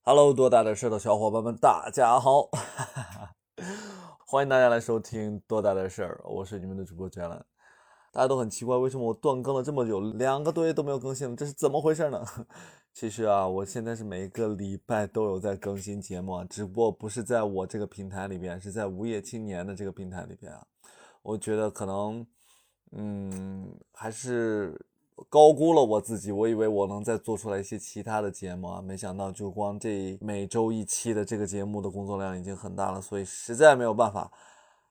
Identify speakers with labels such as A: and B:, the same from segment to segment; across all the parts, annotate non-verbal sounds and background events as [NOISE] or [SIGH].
A: Hello，多大点事儿的小伙伴们，大家好！ [LAUGHS] 欢迎大家来收听《多大点事儿》，我是你们的主播展览。大家都很奇怪，为什么我断更了这么久，两个多月都没有更新了，这是怎么回事呢？其实啊，我现在是每一个礼拜都有在更新节目，啊，只不过不是在我这个平台里边，是在无业青年的这个平台里边啊。我觉得可能，嗯，还是高估了我自己，我以为我能再做出来一些其他的节目啊，没想到就光这每周一期的这个节目的工作量已经很大了，所以实在没有办法，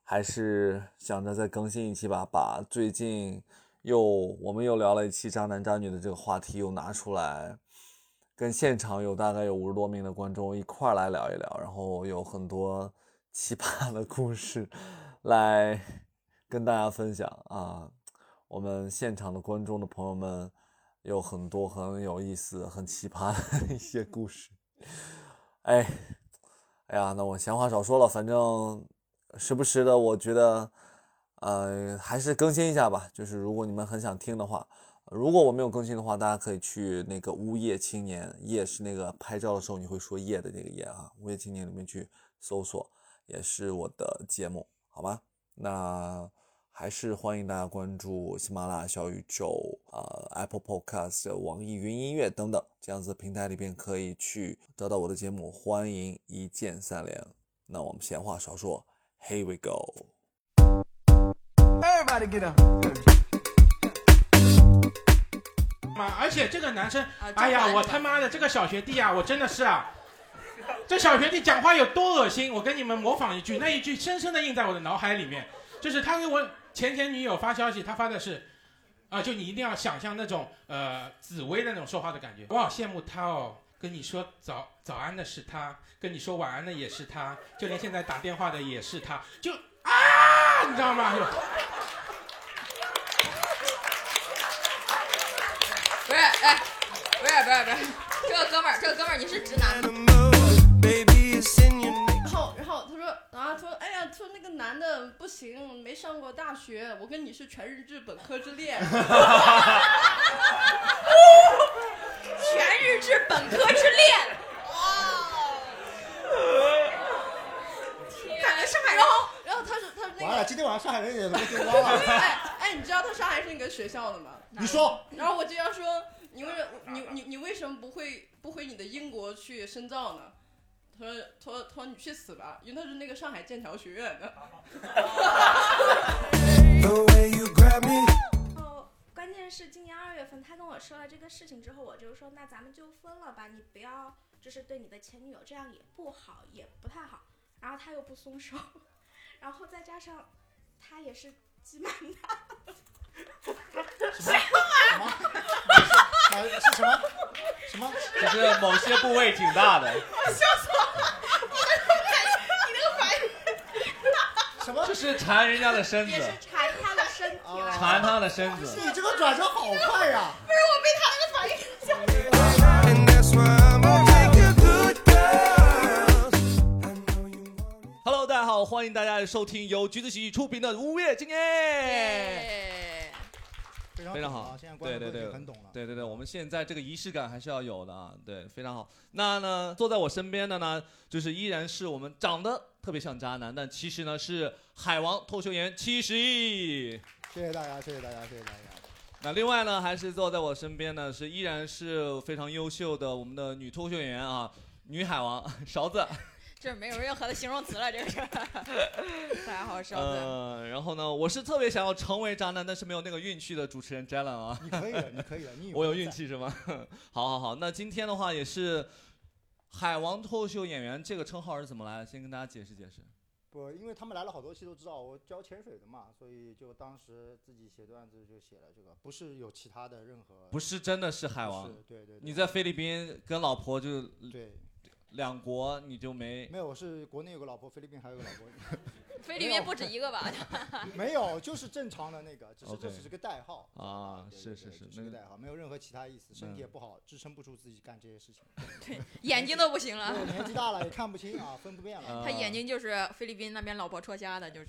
A: 还是想着再更新一期吧，把最近又我们又聊了一期渣男渣女的这个话题又拿出来。跟现场有大概有五十多名的观众一块儿来聊一聊，然后有很多奇葩的故事来跟大家分享啊。我们现场的观众的朋友们有很多很有意思、很奇葩的 [LAUGHS] 一些故事。哎，哎呀，那我闲话少说了，反正时不时的，我觉得，呃，还是更新一下吧。就是如果你们很想听的话，如果我没有更新的话，大家可以去那个无业青年，业是那个拍照的时候你会说夜的那个夜啊，无业青年里面去搜索，也是我的节目，好吧？那还是欢迎大家关注喜马拉雅、小宇宙、啊、Apple Podcast、网易云音乐等等这样子的平台里边可以去得到我的节目，欢迎一键三连。那我们闲话少说，Here we go。
B: Everybody get up.
C: 嘛，而且这个男生
D: 啊，
C: 哎
D: 这
C: 呀，
D: 个
C: 我他妈的这个小学弟啊，我真的是啊，这小学弟讲话有多恶心，我跟你们模仿一句，那一句深深的印在我的脑海里面，就是他给我前前女友发消息，他发的是，啊、就你一定要想象那种呃紫薇的那种说话的感觉，我好羡慕他哦。跟你说早早安的是他，跟你说晚安的也是他，就连现在打电话的也是他，就啊，你知道吗？就
D: 不是，哎，不是，不是，不是，这个哥们儿，这个哥们儿，你是直男吗？
B: Baby, it's in your name.
E: 然后，然后他说，然后他说，哎呀，他说那个男的不行，没上过大学，我跟你是全日制本科之恋，
D: 全日制本科之恋。
E: 啊
D: 感觉上海人
E: 然后，然后他说，他说那
F: 完了，
E: 个，
F: 今天晚上上海人也来丢
D: [LAUGHS]
F: 包了。
E: 哎哎，你知道他上海是哪个学校的吗？
F: 你说，
E: 然后我就要说，你为什你你你为什么不回不回你的英国去深造呢？他说，他说，他说你去死吧，因为他是那个上海剑桥学院的。
B: The way you
E: [LAUGHS]
B: grab me.
G: 哦， [LAUGHS] 关键是今年二月份，他跟我说了这个事情之后，我就说那咱们就分了吧，你不要就是对你的前女友这样也不好，也不太好。然后他又不松手， [LAUGHS] 然后再加上他也是鸡蛮大，
F: 啊，是什么？什么？
H: 就是某些部位挺大的，
F: 什么？
H: 就是缠人家的
F: 啊
H: 身子
G: 也，是缠他的身体
F: 哦
G: 了。
H: 缠他的身子。
F: 你这个转折好快呀！
B: And that's why I'ma take you good girls. I know you want it.
H: Hello，大家好，欢迎大家收听由橘子喜剧出品的《午夜今夜》。
E: 耶
F: 非
H: 非常
F: 懂
H: 好
F: 啊，现在，观
H: 对对
F: 众都
H: 对
F: 已经，很懂了。
H: 对对对，我们现在这个仪式感还是要有的啊，对，非常好。那呢，坐在我身边的呢，就是依然是我们长得特别像渣男，但其实呢是海王脱秀员七十亿。
F: 谢谢大家，谢谢大家，谢谢大家。
H: 那另外呢，还是坐在我身边呢，是依然是非常优秀的我们的女脱秀员啊，女海王勺子。
D: 这没有任何的形容词了，这是。大家好，我是勺子。
H: 嗯，然后呢，我是特别想要成为渣男，但是没有那个运气的主持人 Jalen 啊，
F: 你可以的，你可以的，你
H: 我有
F: 在
H: 运。气是吗？ [LAUGHS] 好好好，那今天的话也是海王脱口秀演员这个称号是怎么来的？先跟大家解释解释。
F: 不，因为他们来了好多期都知道我教潜水的嘛，所以就当时自己写段子就写了这个，不是有其他的任何。
H: 不
F: 是
H: 是真的是海王，
F: 呃对对。对
H: 你在菲律宾跟老婆就
F: 对，
H: 两国你就没
F: 没有，我是国内有个老婆，菲律宾还有个老婆， [LAUGHS]
D: 菲律宾不止一个吧？
F: 没有，就是正常的那个，只是这
H: OK
F: 只是个代号。
H: 啊？
F: 对
H: 是
F: 对
H: 是
F: 对
H: 是，
F: 只
H: 那
F: 是个
H: 个
F: 代号，没有任何其他意思，
H: 嗯
F: 身体也不好，支撑不住自己干这些事情。
D: 眼睛都不行了。
F: 对年纪大了也看不清啊，
H: [LAUGHS]
F: 分不辨了。
H: 嗯
D: 他眼睛就是菲律宾那边老婆戳瞎的，就是。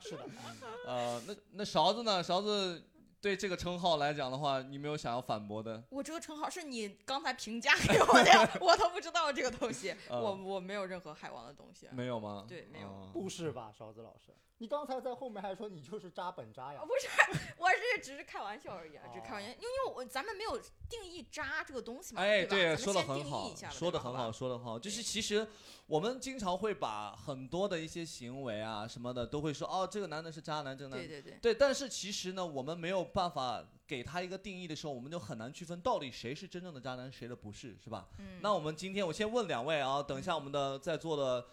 F: 是的，嗯
H: 呃，那那勺子呢？勺子
A: 对这个称号来讲的话，你没有想要反驳的？
D: 我这个称号是你刚才评价给我的
A: [LAUGHS]
D: 呀，我都不知道这个东西，
A: 嗯
D: 我我没有任何海王的东西。
A: 没有吗？
D: 对没有
A: 啊
F: 不是吧，勺子老师？你刚才在后面还说你就是渣本渣呀
D: 啊，不是，我是只是开玩笑而已啊，只是开玩笑，因为因为我咱们没有定义渣这个东西嘛，
A: 哦哎，
D: 对吧，
A: 说
D: 的
A: 的很好，说
D: 的
A: 的很好，，说的很好。就是其实我们经常会把很多的一些行为啊什么的，都会说哦，这个男的是渣男，这个男
D: 对
A: 的
D: 对对，
A: 对，但是其实呢，我们没有办法给他一个定义的时候，我们就很难区分到底谁是真正的渣男，谁的不是，是吧？
D: 嗯，
A: 那我们今天我先问两位啊，等一下我们的在座的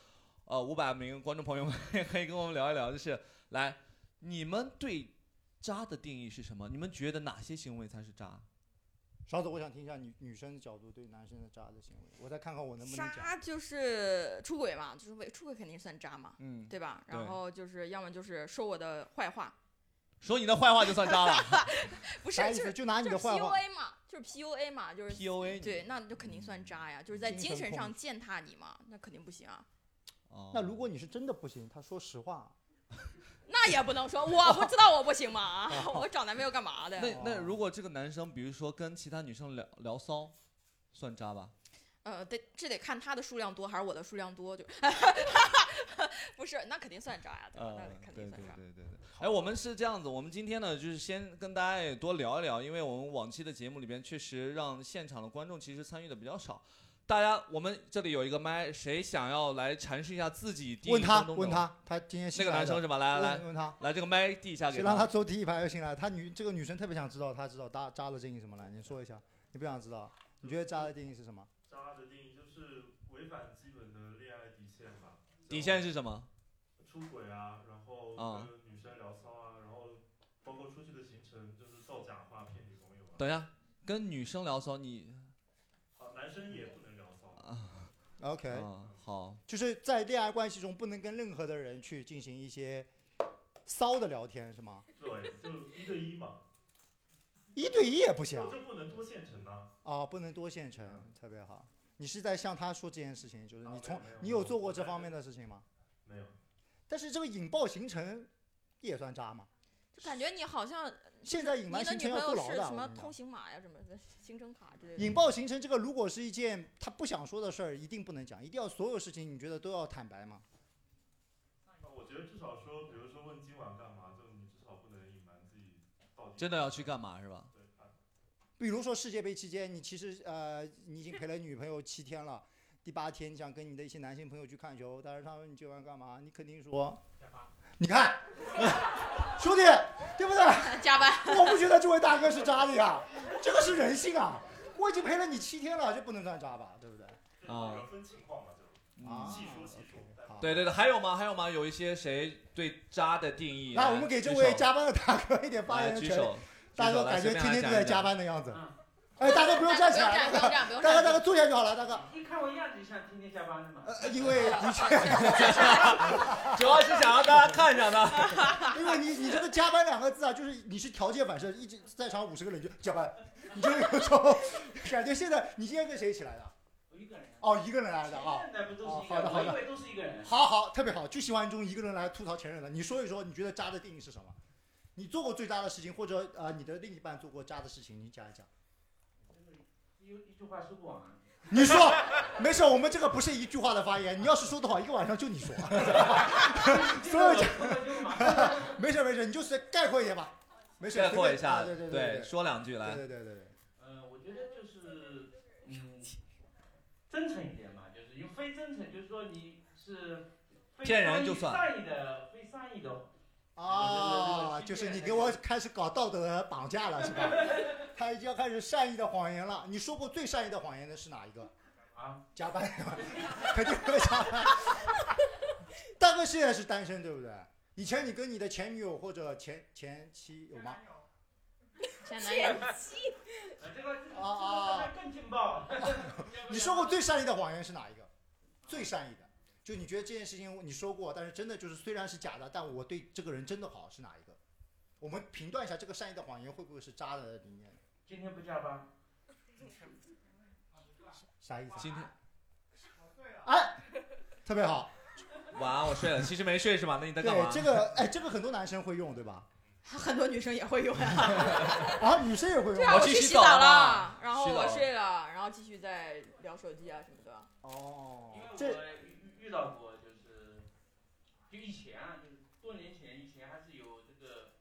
A: 呃五百名观众朋友们也可以跟我们聊一聊，就是来你们对渣的定义是什么？你们觉得哪些行为才是渣？
F: 勺子，我想听一下女女生的角度对男生的渣的行为，我再看看我能不能讲。
D: 渣就是出轨嘛，就是为出轨肯定算渣嘛，
A: 嗯，
D: 对吧？
A: 对
D: 然后就是要么就是说我的坏话，
A: 说你的坏话就算渣了
D: 不是
F: 啥意
D: 就
F: 思？
D: 是
F: 就拿你
D: 就
F: 的
D: 是
F: 坏话，
D: PUA 嘛，就是 PUA 嘛，就是
A: ，PUA
D: 对，
A: 你。
D: 那就肯定算渣呀，就是在精
F: 精神
D: 神
F: 控
D: 上践踏你嘛，那肯定不行啊。
A: 哦
F: 那如果你是真的不行，他说实话，
D: 那也不能 [LAUGHS] 说，我不知道我不行吗？ [LAUGHS] 啊，我找男朋友干嘛的？
A: 那那如果这个男生，比如说跟其他女生聊聊骚，算渣吧？
D: 呃，得这得看他的数量多还是我的数量 [LAUGHS] 多，就不是，那肯定算渣啊呀，对吧？
A: 呃，
F: 嗯
D: 那肯定算渣。
A: 对对对对对。哎，我们是这样子，我们今天呢，就是先跟大家也多聊一聊，因为我们往期的节目里边确实让现场的观众其实参与的比较少。大家，我们这里有一个麦，谁想要来阐释一下自己第一
F: 问他
A: 分钟的
F: 问他，他今天
A: 那
F: 新
A: 个
F: 来
A: 男
F: 的
A: 生是吧？来来
F: 问
A: 来，
F: 问他，
A: 来这个麦递一下
F: 谁
A: 给
F: 让他坐第一排就行了。他女这个女生特别想知道，他知道渣渣的定义什么来？你说一下，你不想知道？你觉得渣的定义是什么？
B: 渣的定义就是违反基本的恋爱底线吧。
A: 底线是什么？
B: 出轨啊，然后
A: 啊
B: 跟女生聊骚啊，然后包括出去的行程就是造假话骗女朋友啊。
A: 等一下，跟女生聊骚你
B: 啊，男生也不能聊骚。
F: 哦 OK，、
A: 啊好，
F: 就是在恋爱关系中不能跟任何的人去进行一些骚的聊天，是吗？
B: 对，就一对一嘛，
F: 一对一也不行
B: 就
F: 啊
B: 就不能多现成啊。
F: 啊，不能多线程，特别好。你是在向他说这件事情，就是
B: 啊
F: 你
B: 没
F: 从
B: 有没有
F: 你
B: 没有
F: 有做过
B: 我
F: 这
B: 在
F: 方面的事情吗？
B: 没有，
F: 但是这个引爆行程也算渣吗？
D: 就感觉你好像
F: [LAUGHS] 现在隐
D: 你
F: 瞒
D: 的
F: 行
D: 女
F: 程
D: 朋
F: 要
D: 友
F: 坐牢
D: 是
F: 的。啊
D: 什
F: 我
D: 么
F: 跟你
D: 通
F: 讲
D: 行码呀，什么的行程卡之类的。
F: 引爆行程这个，如果是一件他不想说的事儿，一定不能讲，一定要所有事情你觉得都要坦白嘛？
B: 那啊我觉得至少说，比如说问今晚干嘛，就你至少不能隐瞒自己到底
A: 真的要去干嘛是吧？
B: 对啊
F: 比如说世界杯期间，你其实呃，你已经陪了女朋友七天了，第八天你想跟你的一些男性朋友去看球，但是他问你今晚干嘛，你肯定说，你看，兄弟，对不对？
D: [LAUGHS] 加班，
F: 我不觉得这位大哥是渣的呀，这个是人性啊！我已经陪了你七天了，这不能算渣吧？对不对？
A: 啊
B: 要分情况嘛，就
F: 啊
B: 细说细说。
F: ，OK，好。
A: 对对对，还有吗？还有吗？有一些谁对渣的定义？
F: 来，我们给这位加班的大哥一点发
A: 来
F: 言
A: 举
F: 权利。
A: 手，
F: 大
A: 举手
F: 哥
A: 来
F: 感觉
A: 随
F: 天
A: 便来
F: 天都
A: 讲
F: 在
A: 一讲
F: 加班的样子
I: 嗯。
F: 哎，大哥不用站起来，
D: 不用
F: 大哥，
D: 站，不用站，不用
F: 大哥，大哥
D: 站。
F: 坐下就好了，大哥。
I: 一看我样子像天天加班的嘛。
F: 呃，因为的确，
A: 主要是想让大家看上他。
F: [LAUGHS] 因为你你这个加班两个字啊，就是你是条件反射，一直在场五十个人就加班，你就有时候 [LAUGHS] 感觉现在你今天跟谁一起来的？
I: 我一个人啊。
F: 哦，一个人来的啊。
I: 现在不都是一个
F: 哦好的
I: 人？
F: 好
I: 我
F: 的
I: 以为都是一个人。
F: 好好，特别好，就喜欢这种一个人来吐槽前任的。你说一说，你觉得渣的定义是什么？你做过最渣的事情，或者呃，你的另一半做过渣的事情，你讲一讲。
I: 一一句话说不
C: 啊
I: 完。
F: 你说，没事，我们这个不是一句话的发言。你要是说的好，一个晚上就你说。所有
I: 我就马上
F: 没事没事，你就是概括一点吧，没事，
A: 概括一
F: 随
A: 下，
F: 便啊对对对
A: 说两句
F: 对
A: 来。
F: 对对对对，
I: 呃，我觉得就是，嗯，真诚一点嘛，就是因为非真诚，就是说你是非
A: 骗人
I: 善意
A: 就算
I: 善意的，非善意的，
F: 啊，就是你给我开始搞道德绑架了是吧？他已经要开始善意的谎言了。你说过最善意的谎言的是哪一个？
I: 啊，
F: 加班，肯定会加班。大哥现在是单身对不对？以前你跟你的前女友或者前前妻有吗？
D: 前男友，
I: 呃，这个这个这
F: 啊啊
I: 个更劲爆。
F: 你说过最善意的谎言是哪一个？最善意的，就你觉得这件事情你说过，但是真的就是虽然是假的，但我对这个人真的好是哪一个？我们评断一下这个善意的谎言会不会是渣的里面？
I: 今天不加班，
F: 啥意思？
A: 今天
F: 哎，特别好。
A: 晚安，我睡了，其实没睡是吧？那你在干
F: 对
A: 嘛？
F: 这个，哎，这个很多男生会用，对吧？
D: [LAUGHS] 很多女生也会用呀、
F: [LAUGHS] 啊，女生也会
D: 对
F: 用
D: 啊，
F: 吗。
D: 我去洗
A: 澡
D: 了
A: 了，
D: 然后
A: 洗澡
D: 我
A: 了
D: 睡了，然后继续再聊手机啊什么的。
F: 哦，
I: 因为
F: 这
I: 我遇遇到过，就是就以前啊，就是多年前，以前还是有这个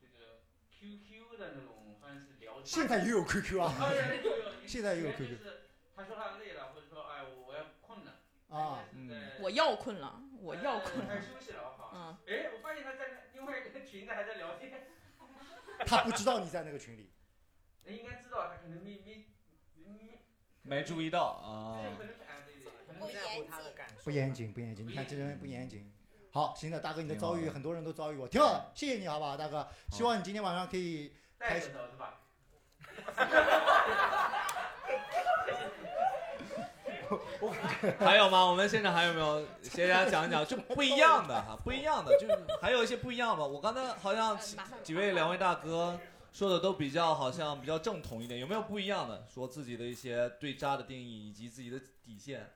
I: 这个 QQ 的那种，好像是聊天。
F: 现在也有 QQ 啊，
I: 当然有有
F: 现在也有
I: 以前
F: QQ
I: 就是他说他累了，或者说哎我我要困了，
F: 啊，
I: 应该是在
D: 我要困了，我要困
I: 呃他
D: 了，
I: 休息了哈。
D: 嗯，
I: 哎，我发现他在那另外一个群子还在聊天，
F: 他不知道你在那个群里。
I: 人应该知道他可能没没没，
A: 没注意到
I: 就
F: 哦
A: 啊
I: 是可能哎对对，可能
J: 不
I: 在
J: 在乎他的感受，
F: 不严谨，不严谨，你看这人不严谨。好，行的，大哥，你的遭遇很多人都遭遇过，挺好的，谢谢你好不好，大哥？希望你今天晚上可以
I: 带着走是吧？
A: [LAUGHS] 还有吗？我们现场还有没有？给大家讲一讲，
F: [LAUGHS]
A: 就不一样的哈，不一样的，就是还有一些不一样吧。我刚才好像几
D: 马上
A: 几位两位大哥说的都比较好像比较正统一点，有没有不一样的？说自己的一些对渣的定义以及自己的底线，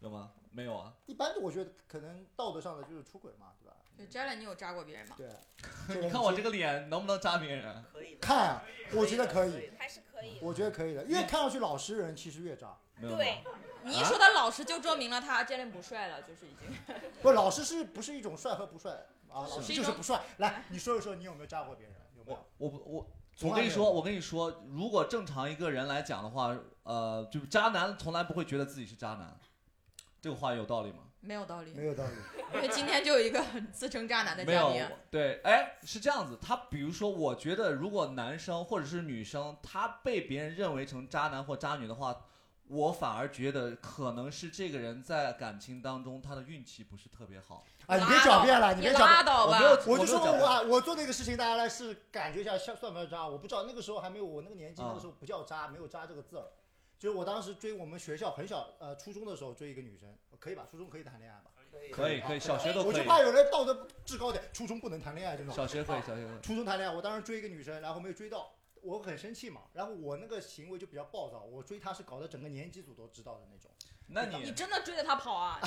A: 有吗？没有
F: [LAUGHS]
A: 啊。
F: 一般的，我觉得可能道德上的就是出轨嘛，对吧？
D: 对 j e l l 你有扎过别人吗？
F: 对，
A: 你看我这个脸能不能扎别人？啊
J: 可以的，
F: 看，我觉得可
J: 可以
F: 以，
G: 还是可以的。
F: 我觉得可以的，越看上去老实人其实越渣。
A: 没有。
F: 啊
G: 对，
D: 你一说他老实，就证明了他 j e l l 不帅了，就是已经。
F: 不，老实是不是一种帅和不帅啊？
D: 是
F: 老实
D: 一
F: 就是
D: 种
F: 不帅。来，你说一说你有没有渣过别人？有没有
A: 我？我不我
F: 从
A: 我
F: 来
A: 跟
F: 没
A: 你
F: 有
A: 说，我跟你说，如果正常一个人来讲的话，呃，就是渣男从来不会觉得自己是渣男，这个话有道理吗？
D: 没有道理，
F: 没有道理。
D: 因 [LAUGHS] 为今天就有一个很自称渣男的
A: 没
D: 嘉
A: 有
D: 宾啊，，
A: 对，哎，是这样子。他比如说，我觉得如果男生或者是女生，他被别人认为成渣男或渣女的话，我反而觉得可能是这个人在感情当中他的运气不是特别好。
F: 啊，你别
D: 拉倒
F: 狡辩了，你
D: 你
F: 别狡辩。
D: 拉倒
A: 我
D: 吧
A: 没。有，
F: 我就
A: 没有
F: 说
A: 讲
F: 我啊，我做那个事情，大家来是感觉一下，像算不算渣？我不知道，那个时候还没有我那个年纪，
A: 啊
F: 那个时候不叫渣，没有渣这个字儿。就是我当时追我们学校很小，呃，初中的时候追一个女生，可以吧？初中可以谈恋爱吧？
J: 可以的
A: 可以可以，小学都
F: 我
A: 可
F: 就
A: 以，
F: 怕有人道德制高点，初中不能谈恋爱，真的。
A: 小学可以，小学可以。
F: 初中谈恋爱，我当时追一个女生，然后没有追到，我很生气嘛。然后我那个行为就比较暴躁，我追她是搞得整个年级组都知道的那种，
A: 那
D: 你
A: 你
D: 真的追着他跑啊？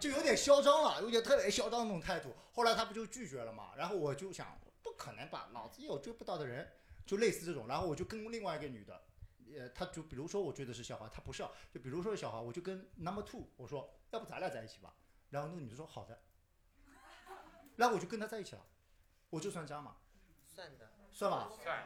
F: 就有点嚣张了，有点特别嚣张的那种态度。后来她不就拒绝了嘛？然后我就想，不可能吧，老子也有追不到的人，就类似这种。然后我就跟另外一个女的，呃，她就比如说我追的是小华，她不是啊，就比如说是小华，我就跟 number two 我说，要不咱俩在一起吧？然后那个女的说好的，然后我就跟她在一起了，我就算渣嘛，
J: 算的，
F: 算吧。
I: 算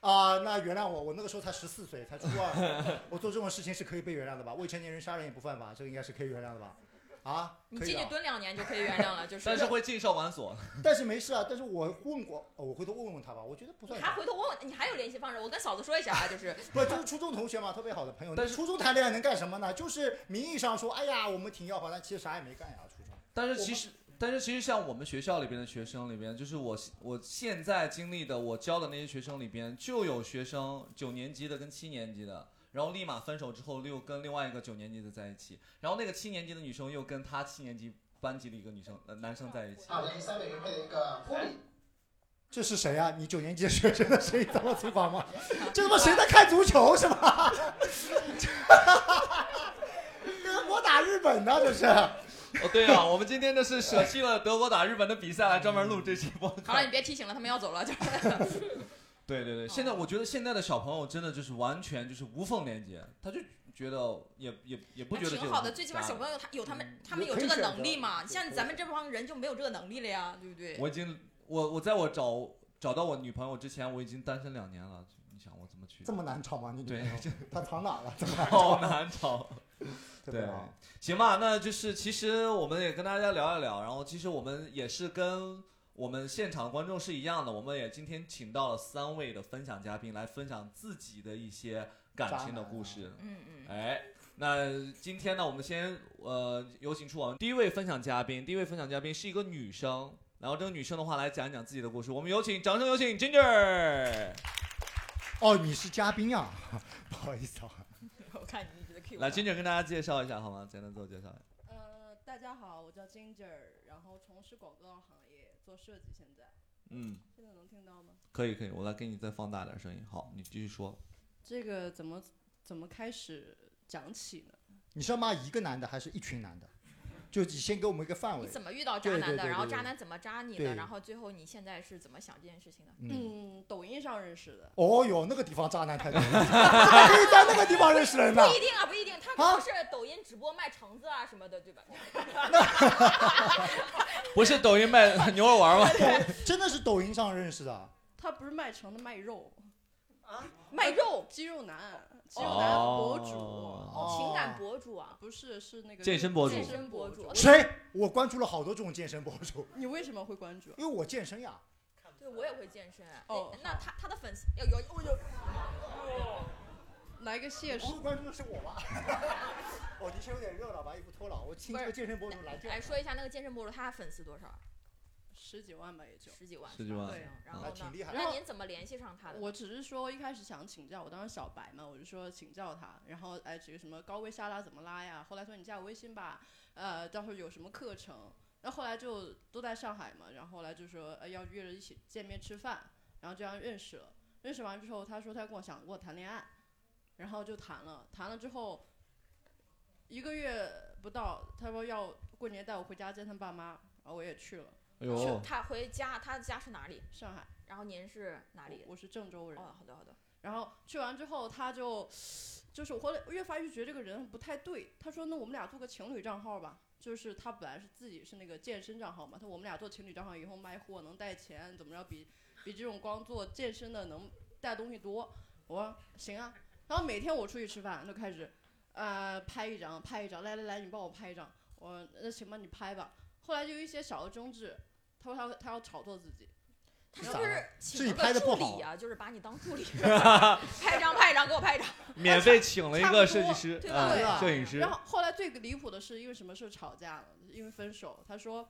F: 啊、那原谅我，我那个时候才十四岁，才初二， [LAUGHS] 我做这种事情是可以被原谅的吧？未成年人杀人也不犯法，这个应该是可以原谅的吧？啊，
D: 你
F: 可以
D: 进去
F: 的。
D: 蹲两年就可以原谅了，就是。
A: 但是会进少管所，
F: [LAUGHS] 但是没事啊，但是我问过，哦我回头问问他吧，我觉得不算
D: 还
F: 啥，
D: 回头问问你还有联系方式，我跟嫂子说一下啊，
A: [LAUGHS]
D: 就是
F: 不就是初中同学嘛，特别好的朋友。
A: 但
F: 是初中谈恋爱能干什么呢？就是名义上说，哎呀，我们挺要好，但其实啥也没干呀，初中。
A: 但是
F: 我
A: 其
F: 们
A: 实，但是其实像我们学校里边的学生里边，就是我我现在经历的，我教的那些学生里边，就有学生九年级的跟七年级的，然后立马分手之后又跟另外一个九年级的在一起，然后那个七年级的女生又跟她七年级班级的一个女生呃男生在一
F: 啊
A: 起。
K: 二零一啊三委员会的一个婚礼，
F: 这是谁啊？你九年级的学生的声音这么粗犷吗？
D: [LAUGHS]
F: 这他妈谁在看足球是吧？德国打日本呢，这是。
A: [LAUGHS] 哦，对啊，我们今天这是舍弃了德国打日本的比赛来专门录这期播客。
D: 好了，你别提醒了，他们要走了，就是。
A: 对对对，现在我觉得现在的小朋友真的就是完全就是无缝连接，他就觉得也也也不觉得这
D: 挺
A: 种
D: 好的，最起码
A: 渣
D: 小朋友他有他们，他们
F: 有
D: 有
F: 嗯可
D: 这
F: 以
D: 个
F: 选
D: 能
F: 择
D: 力嘛。
F: 对
D: 像
F: 对
D: 咱们这帮人就没有这个能力了呀，对不对？
A: 我已经，我我在我找找到我女朋友之前，我已经单身两年了。你想我怎么去？
F: 这么难找
A: [LAUGHS]
F: 吗？你女
A: 对
F: 朋友，她藏哪了？这么难
A: 好
F: 找？
A: 难
F: [LAUGHS]
A: 找。
F: 特别
A: 对
F: 好。，
A: 行吧，那就是其实我们也跟大家聊一聊，然后其实我们也是跟我们现场观众是一样的，我们也今天请到了三位的分享嘉宾来分享自己的一些感情的
F: 啊
A: 故事。
D: [LAUGHS] 嗯嗯，
A: 哎，那今天呢，我们先呃有请出我们第一位分享嘉宾，第一位分享嘉宾是一个女生，然后这个女生的话来讲一讲自己的故事。我们有请，掌声有请 Ginger，
F: 哦，你是嘉宾啊，不好意思啊。
D: 我看你一直在 Q
A: 来
D: 我。
A: Ginger 跟大家介绍一下好吗？简单自我介绍一下。
E: 呃，大家好，我叫 Ginger，然后从事广告行业，做设计，现在
A: 嗯，
E: 现在能听到吗？
A: 可以可以，我来给你再放大点声音。好，你继续说。
E: 这个怎么怎么开始讲起呢？
F: 你是要骂一个男的还是一群男的？就你先给我们一个范围。
D: 你怎么遇到渣
F: 对
D: 男
F: 对
D: 的？
F: 对
D: 然后
F: 对
D: 渣
F: 对
D: 男怎么渣你
F: 对
D: 的？然后最后你现在是怎么想这件事情的？
E: 嗯，抖音上认识的。
F: 哦哟，那个地方渣男太多了， [LAUGHS] 可以在那个地方认识人呢
D: 不。一定啊，不一定，他可
F: 啊
D: 能是抖音直播卖橙子啊什么的，对吧？
A: [LAUGHS] 不是抖音卖牛肉丸吗？
F: 真的是抖音上认识的，
E: 他不是卖橙的，卖肉，
D: 啊，
E: 卖肉，肌肉男，肌肉男博主，
F: 哦
D: 情感博主啊，
E: 不是是那个
F: 健身博主
E: 健身博主。
F: 谁？？我关注了好多这种健身博主，
E: 你为什么会关注？啊
F: 因为我健身呀。
D: 对我也会健身啊。
E: 哦
D: 哎那他他的粉丝有有有有，
E: 来个谢
F: 师。关注的是我吧？我的确哦有点热了，把衣服脱了。我听这个健身博主来劲。
D: 哎，说一下那个健身博主，他粉丝多少啊？
E: 十几万吧，也就
D: 十几万，
A: 十几万
D: 对
A: 嗯。
D: 然后
A: 还
D: 呢？
A: 挺厉害
D: 那您怎么联系上他的？
E: 我只是说一开始想请教，我当时小白嘛，我就说请教他，然后哎，这个什么高位下拉怎么拉呀？后来说你加我微信吧，呃，到时候有什么课程？那后来就都在上海嘛，然后后来就说、呃、要约着一起见面吃饭，然后这样认识了。认识完之后，他说他跟我想跟我谈恋爱，然后就谈了，谈了之后一个月不到，他说要过年带我回家见他爸妈，然后我也去了。
A: 哎呦
D: 是他回家，他的家是哪里？
E: 上海。
D: 然后您是哪里？
E: 我是郑州人。
D: 哦，好的好的。
E: 然后去完之后，他就就是我后来越发越觉得这个人不太对。他说：“那我们俩做个情侣账号吧。”就是他本来是自己是那个健身账号嘛，他说我们俩做情侣账号以后卖货能带钱，怎么着比比这种光做健身的能带东西多。我说行啊，然后每天我出去吃饭就开始，呃，拍一张拍一张，来来来，你帮我拍一张。我那行吧，你拍吧。后来就有一些小的争执，他说他他要炒作自己，
D: 他
E: 然
D: 是
E: 后
D: 不是
F: 是
D: 请
F: 你
D: 了
F: 拍
D: 个
F: 得不
D: 助
F: 好
D: 理啊？就是把你当助理，拍一张拍一张，给我拍一张。
A: 免费请了一个设计师
E: 对
A: 啊
E: 吧？对，
A: 摄影师
E: 然。后后来最离谱的是，因为什么事吵架了？因为分手。他说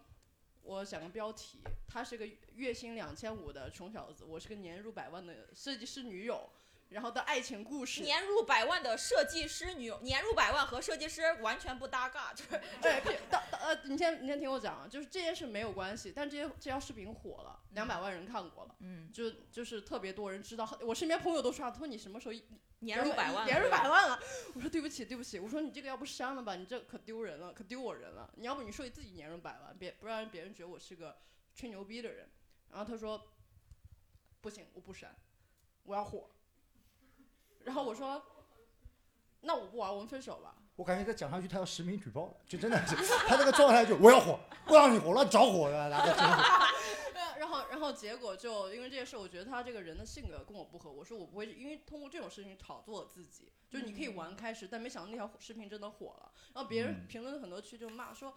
E: 我想个标题，他是个月薪两千五的穷小子，我是个年入百万的设计师女友，然后的爱情故事。
D: 年入百万的设计师女友，年入百万和设计师完全不搭嘎，就是
E: 对，这到到呃，你先你先听我讲啊，就是这件事没有关系，但这些这条视频火了，两百万人看过了，
D: 嗯，
E: 就就是特别多人知道，我身边朋友都刷，他说你什么时候一
D: 年入百万
E: 年入
D: 了
E: 百万了？我说对不起，对不起，我说你这个要不删了吧，你这可丢人了，可丢我人了，你要不你说你自己年入百万，别不让别人觉得我是个吹牛逼的人。然后他说不行，我不删，我要火。然后我说那我不玩，我们分手吧。
F: 我感觉再讲下去他要实名举报了，就真的是他这个状态就我要火，不让你火，乱着火的，来个真的。
E: 对然后，然后结果就因为这件事，我觉得他这个人的性格跟我不合。我说我不会，因为通过这种事情炒作自己，就是你可以玩开始，但没想到那条视频真的火了。然后别人
F: 嗯
E: 评论很多区就骂说，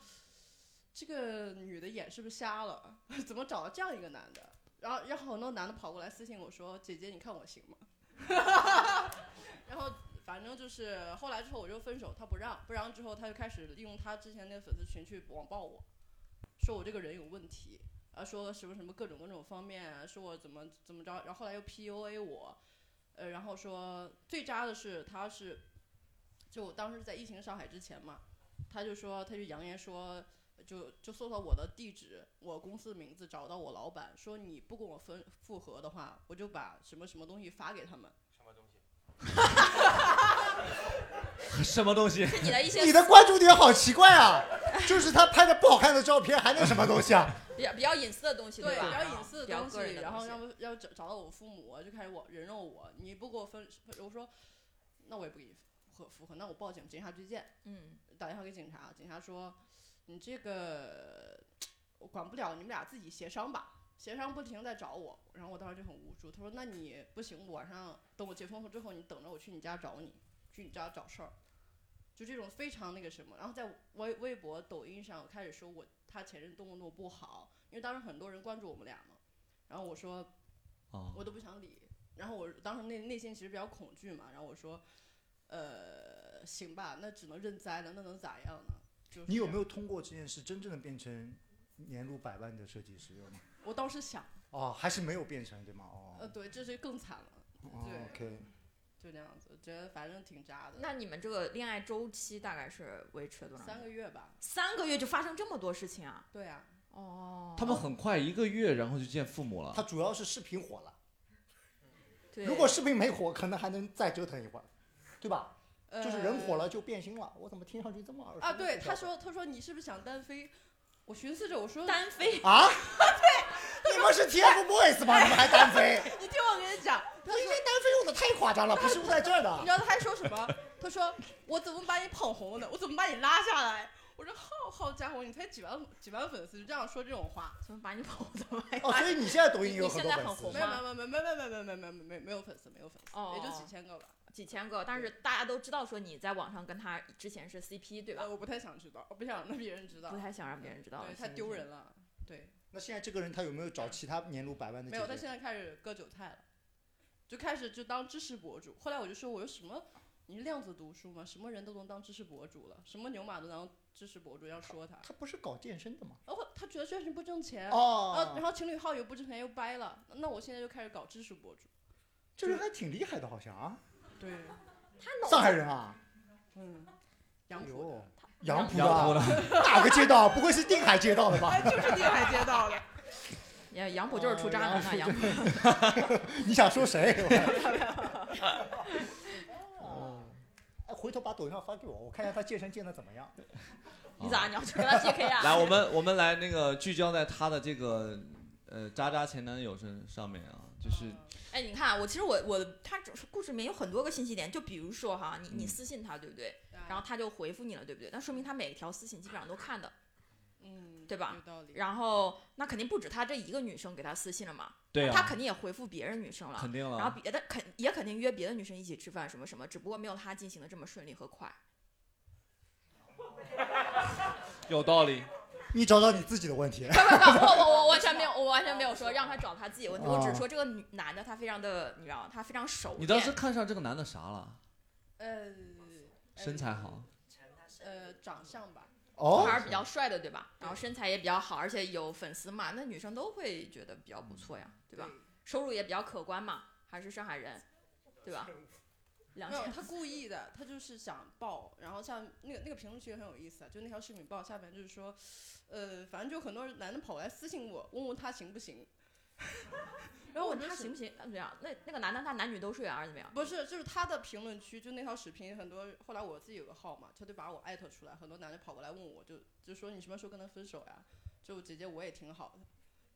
E: 这个女的眼是不是瞎了？ [LAUGHS] 怎么找到这样一个男的？然后，然后很多男的跑过来私信我说：“姐姐，你看我行吗？” [LAUGHS] 然后反正就是后来之后我就分手，他不让，不让之后他就开始利用他之前那个粉丝群去网暴我，说我这个人有问题，啊，说什么什么各种各种方面啊，说我怎么怎么着，然后后来又 PUA 我，呃，然后说最渣的是他是，就我当时在疫情上海之前嘛，他就说他就扬言说。就就搜到我的地址，我公司名字，找到我老板，说你不跟我分复合的话，我就把什么什么东西发给他们。
I: 什么东西？
A: 什么东西？
D: 是你的一些
F: 你的关注点好奇怪啊，就是他拍的不好看的照片，还能什么东西啊？
D: [LAUGHS] 比较比较隐私的东西，
E: 对，
D: 吧？
E: 比较
D: 啊
E: 隐私的
D: 比较
E: 东
D: 个人
E: 西，
D: 的
E: 然
D: 东
E: 后
D: 西
E: 要不要找找到我父母，就开始我人肉我，你不给我分，我说那我也不给你复合复合，那我报警，警察局见。
D: 嗯，
E: 打电话给警察，警察说你这个我管不了，你们俩自己协商吧。协商不停地在找我，然后我当时就很无助。他说：“那你不行，晚上等我结婚后之后，你等着我去你家找你，去你家找事儿。”就这种非常那个什么，然后在微微博、抖音上开始说我他前任多么多么不好，因为当时很多人关注我们俩嘛，然后我说，
A: 哦
E: 我都不想理，然后我当时内内心其实比较恐惧嘛，然后我说，呃，行吧，那只能认栽了，那能咋样呢？就是
F: 你有
E: 这
F: 没
E: 样
F: 有通过这件事真正的变成年入百万的设计师？有吗？
E: 我当时想，
F: 哦，还是没有变成对吗？哦
E: 呃，对，这是更惨了，
F: 哦
E: 对，
F: ，OK，
E: 就这样子，觉得反正挺渣的。
D: 那你们这个恋爱周期大概是维持了多长？
E: 三个月吧？
D: 三个月就发生这么多事情啊？
E: 对啊，
D: 哦，
A: 他们很快一个月，然后就见父母了。
F: 他主要是视频火了，
D: 对
F: 如果视频没火，可能还能再折腾一会儿，对吧？
E: 呃，
F: 就是人火了就变心了，我怎么听上去这么耳熟
E: 啊，
F: 呢
E: 对，
F: 这
E: 他
F: 小伙
E: 说他说你是不是想单飞？我寻思着我说
D: 单飞
F: 啊
E: [LAUGHS] 对，
F: 你们是 TFBOYS 吧你们还
E: [LAUGHS]
F: 单飞
E: 你听我跟你讲，
F: 他说单飞用的太夸张了不是用在这儿的
E: 你知道他还说什么？他说我怎么把你捧红的？我怎么把你拉下来？我说好好家伙，你才几万几万粉丝就这样说这种话，怎么把你捧红？怎么把你
F: 哦
E: 拉
F: 所以你现在抖音有很多粉丝
E: 没有没有没有没有没有没有没有没有没有没有粉丝没有粉丝，
D: 哦，
E: 也就几千个吧。
D: 几千个，但是大家都知道说你在网上跟他之前是 CP 对吧？
E: 呃我不太想知道，我不想让别人知道，
D: 不太想让别人知道，
E: 对，太丢人。了。对，
F: 那现在这个人他有没有找其他年入百万的
E: 没
F: 姐
E: 有，
F: 姐
E: 他现在开始割韭菜了，就开始就当知识博主。后来我就说，我说什么？你是量子读书吗？什么人都能当知识博主了，什么牛马都能当知识博主，要说他。
F: 他不是搞健身的吗？
E: 哦，他觉得健身不挣钱，
F: 哦
E: 呃然后情侣号又不挣钱又掰了，那我现在就开始搞知识博主。
F: 这人还挺厉害的，好像啊，
E: [LAUGHS] 对，
D: 他
F: 上海人啊，
E: 嗯，杨
F: 哎
E: 浦
F: 呦，杨浦
A: 杨浦
F: 的
A: 的
F: 哪个街道？ [LAUGHS] 不会是定海街道的吧？
E: [LAUGHS] 就是定海街道的。
D: 杨 [LAUGHS] 杨浦就是出渣男啊，杨浦。
F: 哦 [LAUGHS] 你想
D: [LAUGHS]
F: 说谁？哦哎，回头把抖音上发给我，我看一下他健身健的怎么
D: [LAUGHS]
F: 样。
D: 你咋？你要去跟他 PK 啊？
A: 来，我们我们来那个聚焦在她的这个呃渣渣前男友身上面啊，就是
D: 哎，你看啊，我其实我我他只是故事里面有很多个信息点，就比如说哈，你你
A: 嗯
D: 私信他对不对？然后他就回复你了对不对？那说明他每一条私信基本上都看的，
E: 嗯，
D: 对吧
E: 有道理。
D: 然后那肯定不止他这一个女生给他私信了嘛，
A: 对
D: 那
A: 啊
D: 他肯定也回复别人女生了，
A: 肯定了
D: 然后别的肯也肯定约别的女生一起吃饭什么什么，只不过没有他进行的这么顺利和快。 [LAUGHS]
A: 有道理。
F: 你找找你自己的问题。
D: 不不，我我我完全没有，我完全没有说让他找他自己的问题，我只
A: 哦
D: 是说这个女男的他非常的，你知道，他非常熟
A: [LAUGHS] 你当
D: 练
A: 时看上这个男的啥了？
E: 呃
A: 身材好，
E: 呃，长相吧，
F: 哦
D: 还是比较帅的，对吧？然后身材也比较好，而且有粉丝嘛，那女生都会觉得比较不错呀，对吧？收入也比较可观嘛，还是上海人，
E: [LAUGHS]
D: 对吧？两
E: 没有，
D: 千
E: 他故意的，他就是想爆。然后像那个那个评论区也很有意思啊，就那条视频爆下面就是说，呃，反正就很多人男的跑来私信我，问问他行不行。 [LAUGHS] 然后我
D: 问他
E: 就是
D: 行不行？那怎么样？那那个男的他男女都睡啊，还是怎么样？
E: 不是，就是他的评论区，就那条视频，很多后来我自己有个号嘛，他就把我艾特出来，很多男的跑过来问我，就就说你什么时候跟他分手呀？就姐姐我也挺好的，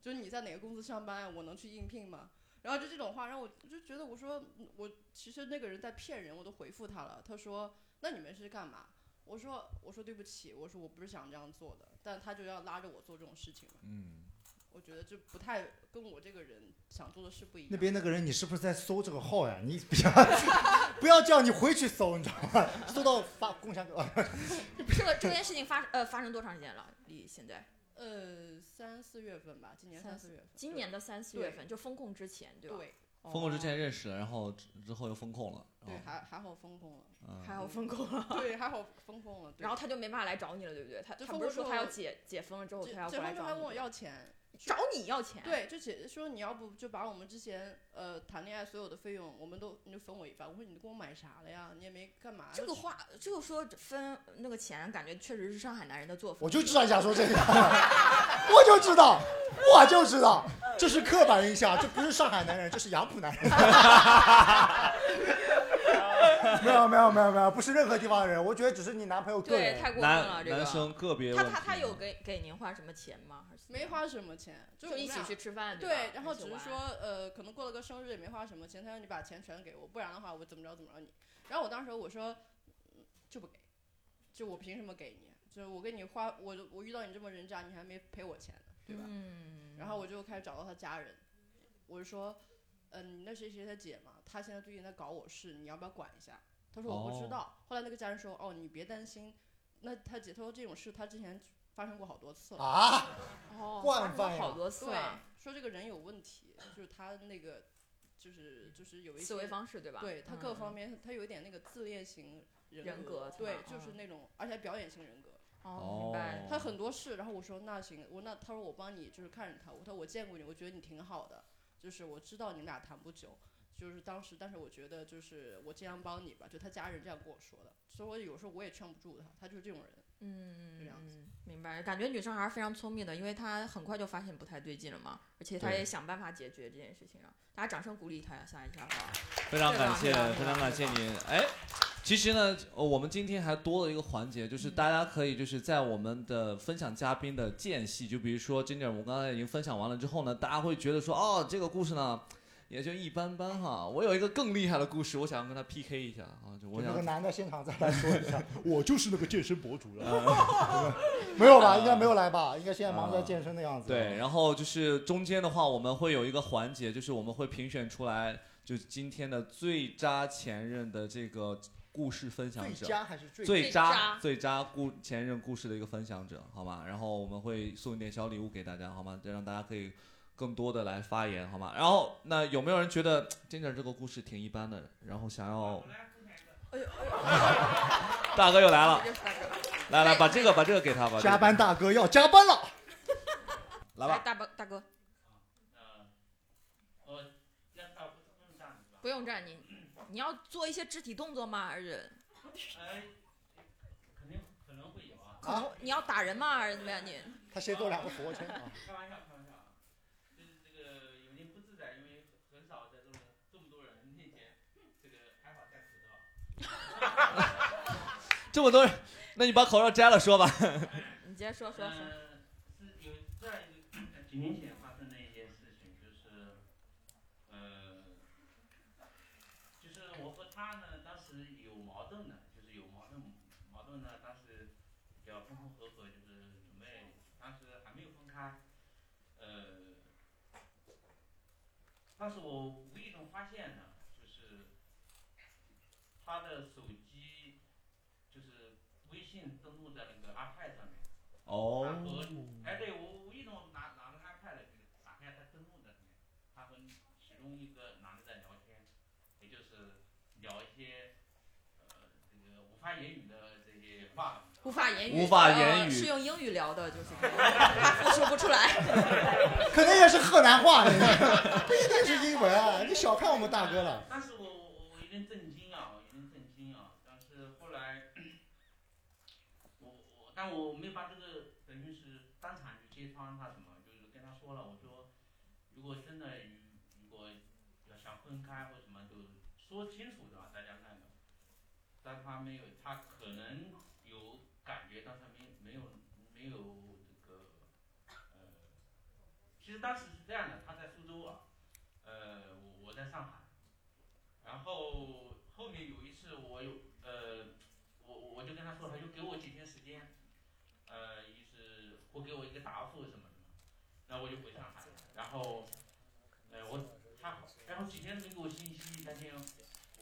E: 就是你在哪个公司上班呀？我能去应聘吗？然后就这种话让我就觉得我说嗯我其实那个人在骗人，我都回复他了，他说那你们是干嘛？我说我说对不起，我说我不是想这样做的，但他就要拉着我做这种事情嘛，
A: 嗯，
E: 我觉得这不太跟我这个人想做的事不一样。
F: [LAUGHS] 那边那个人，你是不是在搜这个号呀？你不要 [LAUGHS] 不要叫你回去搜，你知道吗？搜到发共享， [LAUGHS]
D: 这个这件事情发呃发生多长时间了？离现在
E: 呃，三四月份吧，今年三四月份，
D: 今
E: 对
D: 年的三四
E: 对
D: 月份就封控之前，对吧？
E: 对哦
A: 封控之前认识了，然后之之后又封控了，哦
E: 对，
A: 然后
E: 还还好封控了，
A: 嗯
D: 还好封控了
E: 对，还好封控了。对
D: 然后他就没办法来找你了，对不对？他
E: 就
D: 他
E: 封
D: 不是
E: 控
D: 说
E: 之
D: 他要
E: 后
D: 解解封了之后，
E: 解
D: 他要
E: 解
D: 过来
E: 封之后
D: 找
E: 还问我
D: 你
E: 要钱，
D: 找你要钱，
E: 对，就姐姐说你要不就把我们之前呃谈恋爱所有的费用，我们都你就分我一半。我说你都给我买啥了呀？你也没干嘛。
D: 这
E: 就
D: 个
E: 是
D: 话，这个说分那个钱，感觉确实是上海男人的作风。
F: 我就知道你想说这个， [LAUGHS] 我就知道，我就知道，这是刻板印象，这不是上海男人，这是杨浦
A: [LAUGHS]
F: 男人。没有没有没有没有，不是任何地方的人，我觉得只是你男朋友个
D: 对，
F: 人。
D: 太过分了，
A: 男
D: 这个
A: 男生个别
D: 他
A: 问
D: 他
A: 题啊
D: 他有给给您花什么钱吗？还是
E: 没花什么钱，就
D: 就
E: 我
D: 一
E: 们
D: 起
E: 俩
D: 去吃饭对吧
E: 对，然后
D: 一起
E: 只是
D: 玩
E: 说呃，可能过了个生日也没花什么钱，他让你把钱全给我，不然的话我怎么着怎么着你。然后我当时我说嗯就不给，就我凭什么给你？就是我给你花，我就我遇到你这么人渣，你还没赔我钱呢，对吧？
D: 嗯
E: 然后我就开始找到他家人，我就说，嗯、你那谁谁他姐嘛，他现在最近在搞我事，你要不要管一下？他说我不
A: 哦
E: 知道。后来那个家人说，哦，你别担心，那他姐他说这种事他之前发生过好多次了
F: 啊
D: 哦
F: 惯犯呀好
D: 多次啊
E: 对
D: 了，
E: 说这个人有问题，就是他那个。就是就是有一
D: 思维
E: 些
D: 方式对吧
E: 对他各
D: 嗯
E: 方面，他有一点那个自恋型
D: 人格是
E: 对
D: 吧，
E: 就是
D: 嗯
E: 那种，而且还表演型人格。
D: 哦明白哦
E: 他很多事，然后我说那行，我那他说我帮你就是看着他，我说我见过你，我觉得你挺好的，就是我知道你们俩谈不久，就是当时，但是我觉得就是我尽量帮你吧，就他家人这样跟我说的，所以我有时候我也劝不住他，他就是这种人。
D: 嗯，
E: 这样子
D: 嗯明白。感觉女生还是非常聪明的，因为她很快就发现不太对劲了嘛，而且她
A: 对
D: 也想办法解决这件事情啊。大家掌声鼓励她一下一下吧。
A: 非常
D: 对吧
A: 感
D: 对
A: 谢，
D: 吧
A: 非常感谢你。哎，其实呢，呃我们今天还多了一个环节，就是
D: 嗯
A: 大家可以就是在我们的分享嘉宾的间隙，就比如说今天我们刚才已经分享完了之后呢，大家会觉得说，哦，这个故事呢。也就一般般哈，我有一个更厉害的故事，我想要跟他 PK 一下啊！就我
F: 那
A: 想
F: 个
A: [LAUGHS]
F: 男的现场再来说一下， [LAUGHS] 我就是那个健身博 [LAUGHS]
A: [LAUGHS]
F: 主
A: 啊了
F: 没有
A: [LAUGHS]
F: 吧？应该没有来吧？应该现在忙着健身的样子。
A: 啊
F: 啊
A: 对，然后就是中间的话，我们会有一个环节，就是我们会评选出来，就是今天的最渣前任的这个故事分享者，
F: 最渣还是最
A: 最
F: 最
A: 渣
F: 渣
A: 最渣故前任故事的一个分享者，好吗？然后我们会送一点小礼物给大家，好吗？再让大家可以更多的来发言，好吗？然后那有没有人觉得金姐这个故事挺一般的，然后想要
D: 哎呦哎呦，
A: 大哥又来了，来来
D: 哎
A: 把这个把这个给他吧，
F: 加班大哥要加班了，
A: 来吧，
D: 大伯大哥，
I: 呃
D: 不用站，你你要做一些肢体动作吗？还是
I: 哎肯定可能会有啊。
D: 可能你要打人吗？还是怎么样？你
F: 他先做两个俯卧撑啊。
I: [LAUGHS] 开玩笑，开玩笑啊，就是这个有点不自在，因为很少在这么这么多人面前，这个还好戴口罩。
A: 这么多人，那你把口罩摘了说吧。
D: [LAUGHS] 你接着说说说。
I: 嗯，是有这样一个呃几年前发生的一件事情，就是，呃，就是我和他呢，当时有矛盾的，就是有矛盾，矛盾呢，当时要分分合合，就是准备，当时还没有分开，呃，当时我无意中发现呢，就是他的手机，就是微信登录在那个 iPad 上面。
A: 哦
I: 他和哎，对我无意中拿拿着 iPad 给打开他登录在里面，他和其中一个男的在聊天，也就是聊一些呃这个无法言语的这些话
D: 无法言语，
A: 无法言
D: 呃
A: 语
D: 是用英语聊的，就是这样他复述不出来。 [LAUGHS]
F: 可能也是河南话，不一定是英文啊。你小看我们大哥了。
I: 但是我我我有点震惊啊，我有点震惊啊！但是后来，我我但我没把这个等于是当场就揭穿他什么，就是跟他说了，我说如果真的如果要想分开或什么，就说清楚的啊，大家看到。但他没有，他可能有感觉，但他没没有没有这个呃，其实当时是这样的，他在苏州啊，呃，我我在上海。然后后面有一次我有呃，我我就跟他说，他就给我几天时间，呃，一是会给我一个答复什么的嘛，那我就回上海了。然后，呃，我他然后几天没给我信息，那天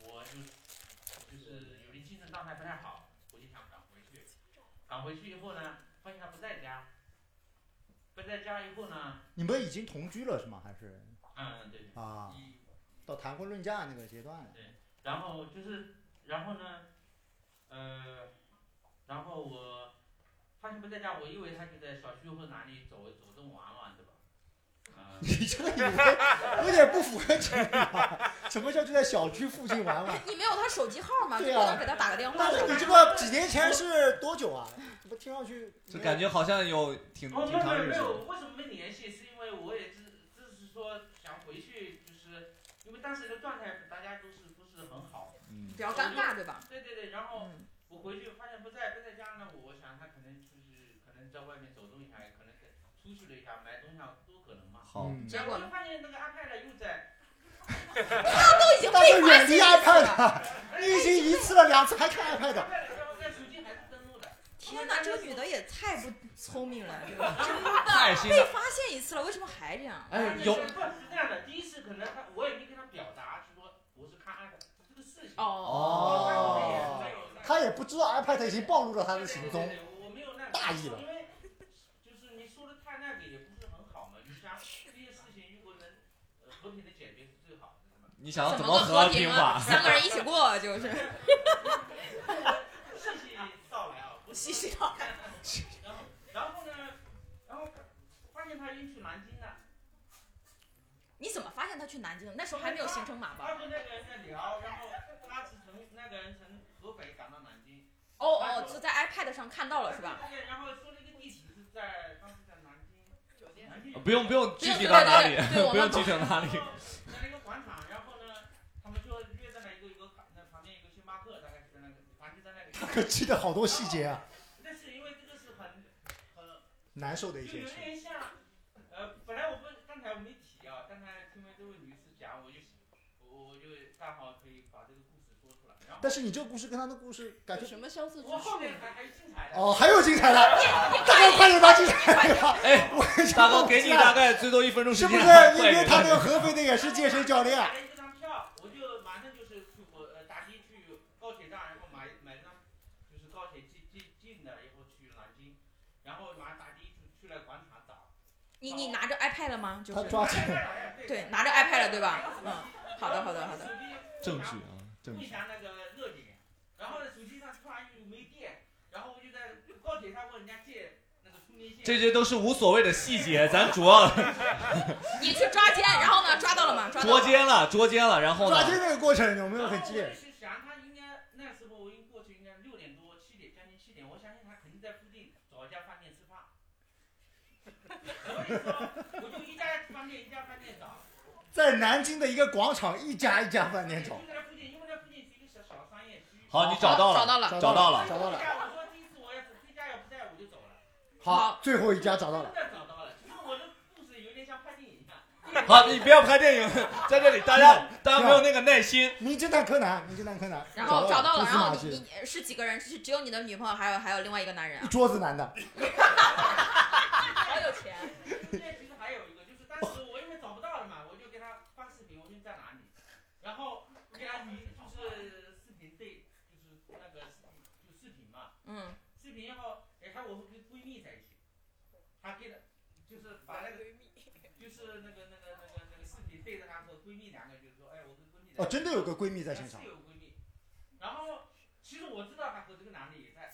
I: 我就就是有点精神状态不太好，我就想赶回去，赶回去以后呢，发现他不在家，不在家以后呢，
F: 你们已经同居了是吗？还是
I: 嗯对，
F: 啊
I: 一，
F: 到谈婚论嫁那个阶段了。
I: 对，然后就是，然后呢，呃，然后我发现不在家，我以为他就在小区或哪里走走动玩玩，对吧？啊、
F: 你这个有点有点不符合情理吧？什么叫就在小区附近玩
D: [LAUGHS]
F: 玩？
D: 你没有他手机号吗？
F: 对
D: 不
F: 啊
D: 能给他打个电话。
F: 但是你
D: [LAUGHS]
F: 这个几年前是多久啊？怎么听上去
A: 就感觉好像有挺
I: 哦，
A: 挺
I: 没
A: 长
I: 有
A: 日
I: 没
A: 子
I: 有，
A: 的。
I: 为什么没联系？是因为我也只只是说想回去，就是因为当时的状态大家都是不是很好，
A: 嗯
D: 比较尴尬对吧嗯
I: 对对对，然后我回去发现不在不在家呢，我想他可能就是可能在外面走动一下，可能出去了一下买东西啊都可能嘛。
A: 好嗯
I: 结果就发现那个 iPad 又在。
D: 他都已经
F: 但是
D: 被
F: 远
D: 发
F: 离
D: 现
F: iPad，了
I: [LAUGHS]
F: 你已经一次了两次还看 iPad，
D: 天哪，这个女的也太不聪明了，这
I: [LAUGHS]
D: 个真的
A: 太心了
D: 被发现一次了，为什么还这样？啊
A: 哎
I: 但是
A: 有
I: 是这样的，第一次可能他我也没跟他表达，就说我是看 iPad 这个事情。
D: 哦
F: 哦他也不知道 iPad 已经暴露了他的行踪，大意了。
I: 因为就是你说的太那个也不是很好嘛，你想这些事情如果能呃和平的解决是最好的。
A: 你想要
D: 怎
A: 么
D: 和
A: 平
D: 啊？
A: 法？
D: 三个人一起过
I: [LAUGHS]
D: 就是。
I: 细细道来啊，不
D: 细细 [LAUGHS] 道
I: 来。然后，然后呢，然后发现他已经去南京了。
D: 你怎么发现他去南京的？那时候还没有行程码
I: 他
D: 吧？
I: 跟那个人在聊，然后他是从那个人从河北赶到南京。
D: 哦哦，就在 iPad 上看到了是吧？
I: 对对，然后说了一个地址是在当时在南京酒店。
A: 不用不用
D: 不
A: 具
D: 用
A: 体到哪里
D: 对对对，我
A: 不用
D: 们
A: 具体到哪里。
I: 在那个广场，然后呢，他们就约在了一个一个那旁边一个星巴克，大概是在那个
F: 可记得好多细节啊，
I: 但是因为这个是很很
F: 难受的一
I: 就
F: 些
I: 有
F: 事。
I: 点像，呃，本来我不刚才我没提啊，刚才听完这位女士讲，我就我我就刚好可以把这个故事说出来。然后
F: 但是你这个故事跟他的故事感觉
E: 什么相似之
I: 我
E: 处
I: 后？面还还有精彩的。
F: 哦，还有精
A: [LAUGHS]
F: 彩的，大哥快点把精彩的吧。
A: 哎，大哥给你大概最多一分钟时
F: 是
A: 间，啊
F: 不是
A: 快？
F: 因为
A: 点
F: 他那个合肥的也是健身教练啊
I: 买，了一张票，我就马上就是去我呃打的去高铁站，然后买买了张就是高铁进进进的，然后去南京，然后马上打的去去了广场岛。
D: 你你拿着 iPad 了吗？就
F: 他
D: 是
F: 抓起
I: 哎
F: 来，
I: 哎哎
D: [LAUGHS] 对，拿着 iPad 了对吧？嗯，好的好的好的。
I: 手机
A: 证据啊，证
I: 共
A: 据。
I: 享那个热点，然后呢手机上突然又没电，然后我就在高铁上问人家借那个充电线。
A: [LAUGHS] 这些都是无所谓的细节，咱主要
D: 你去抓奸，然后呢？抓到了吗？抓到
A: 捉
D: 了吗。
A: 奸了，捉奸了，然后呢
F: 抓？奸这个过程有没有很激
I: 然后我
F: 烈？
I: 就想他应该那时候我已经过去，应该六点多七点将近七点，我相信他肯定在附近找一家饭店吃饭。所以说，我就一家饭店一家饭店找，
F: 在南京的一个广场，一家一家饭
I: 就
F: 店找，
I: 在附近，因为那附近是一个小小商业区。
A: 好，你找到
D: 找
A: 了，
D: 到了。
A: 找到了
F: 找到
I: 我
F: 了。
I: 说这一次我要是这家要不在我就走了，
F: 好，最后一家找到了。
I: 真的找到了。其实我的故事有点像拍电影一样。
A: 好，你不要拍电影，在这里大家大家没有那个耐心。
F: 名侦探柯南，名侦探柯南，
D: 然后找到了，
F: 蛛丝
D: 然后
F: 马
D: 你
F: 迹，
D: 你是几个人？是只有你的女朋友，还有还有另外一个男人
F: 一
D: 啊？
F: 桌子男的，
D: 好有钱。
I: 中间其实还有一个，就是当时我因为找不到了嘛，我就给他发视频，我说你在哪里，然后给他你就是视频对，就是那个视频就视频嘛，
D: 嗯，
I: 视频以后，然后我会跟闺蜜在一起，她给了就是把那个就是那个那个那个那个视频对着她和闺蜜两个，就是说哎我跟闺蜜在一
F: 哦，
I: 起
F: 真的有个闺蜜在现场
I: 是，有闺蜜，然后其实我知道她和这个男的也在，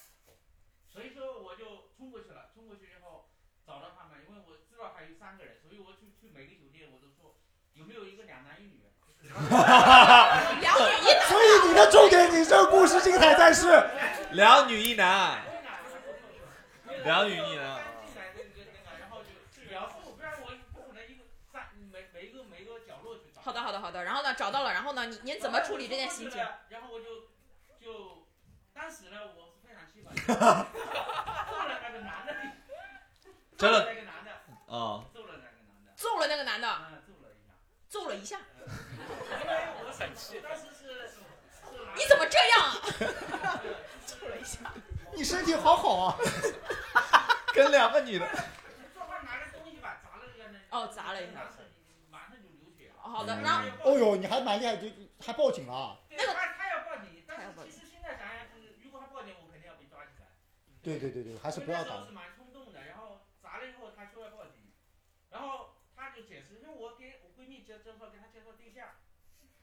I: 所以说我就冲过去了。冲过去以后找到他们，因为我知道还有三个人，所以我去去每个酒店我都说有没有一个两男一女。
D: 两女一男。
F: 所以你的重点，你这个故事精彩在是
A: [LAUGHS] 两女一男，
I: 两
A: 两女一男
I: 进来那个那个，然后就描述，不然我不可能一个三每每一个每一个角落去找。
D: 好的，好的，好的。然后呢，找到了，然后呢，你您怎么处理这件 [LAUGHS] 心情？
I: 然后我就就当时呢，我是非常气愤，揍了那个男的，
A: 真的
I: 揍了那个男的，
A: 啊，
I: 揍了那个男的，
D: 揍了那个男的，
I: 嗯，揍了一下，
D: 揍了一下。
I: 因为我想气，当时是是拿
D: [LAUGHS] 你怎么这样啊？
F: 你身体好好啊，
A: 跟两个女的，
I: 做饭拿着东西吧，砸了一下那，
D: 哦砸了一下
I: 当时马上就流血了，
D: 好的，
A: 嗯
D: 然后
F: 哦呦，你还蛮厉害，就还报警了，
I: 哎对
F: 啊
D: 那个
I: 他他要报警，但
D: 他要
I: 是
D: 报警
I: 其实现在想想，就是如果他报警，我肯定要被抓起来。
F: 对对对对，还是不要
I: 我
F: 打
I: 那时候是蛮冲动的，然后砸了以后，他说要报警，然后他就解释，因为我给我闺蜜介介绍，给她介绍对象，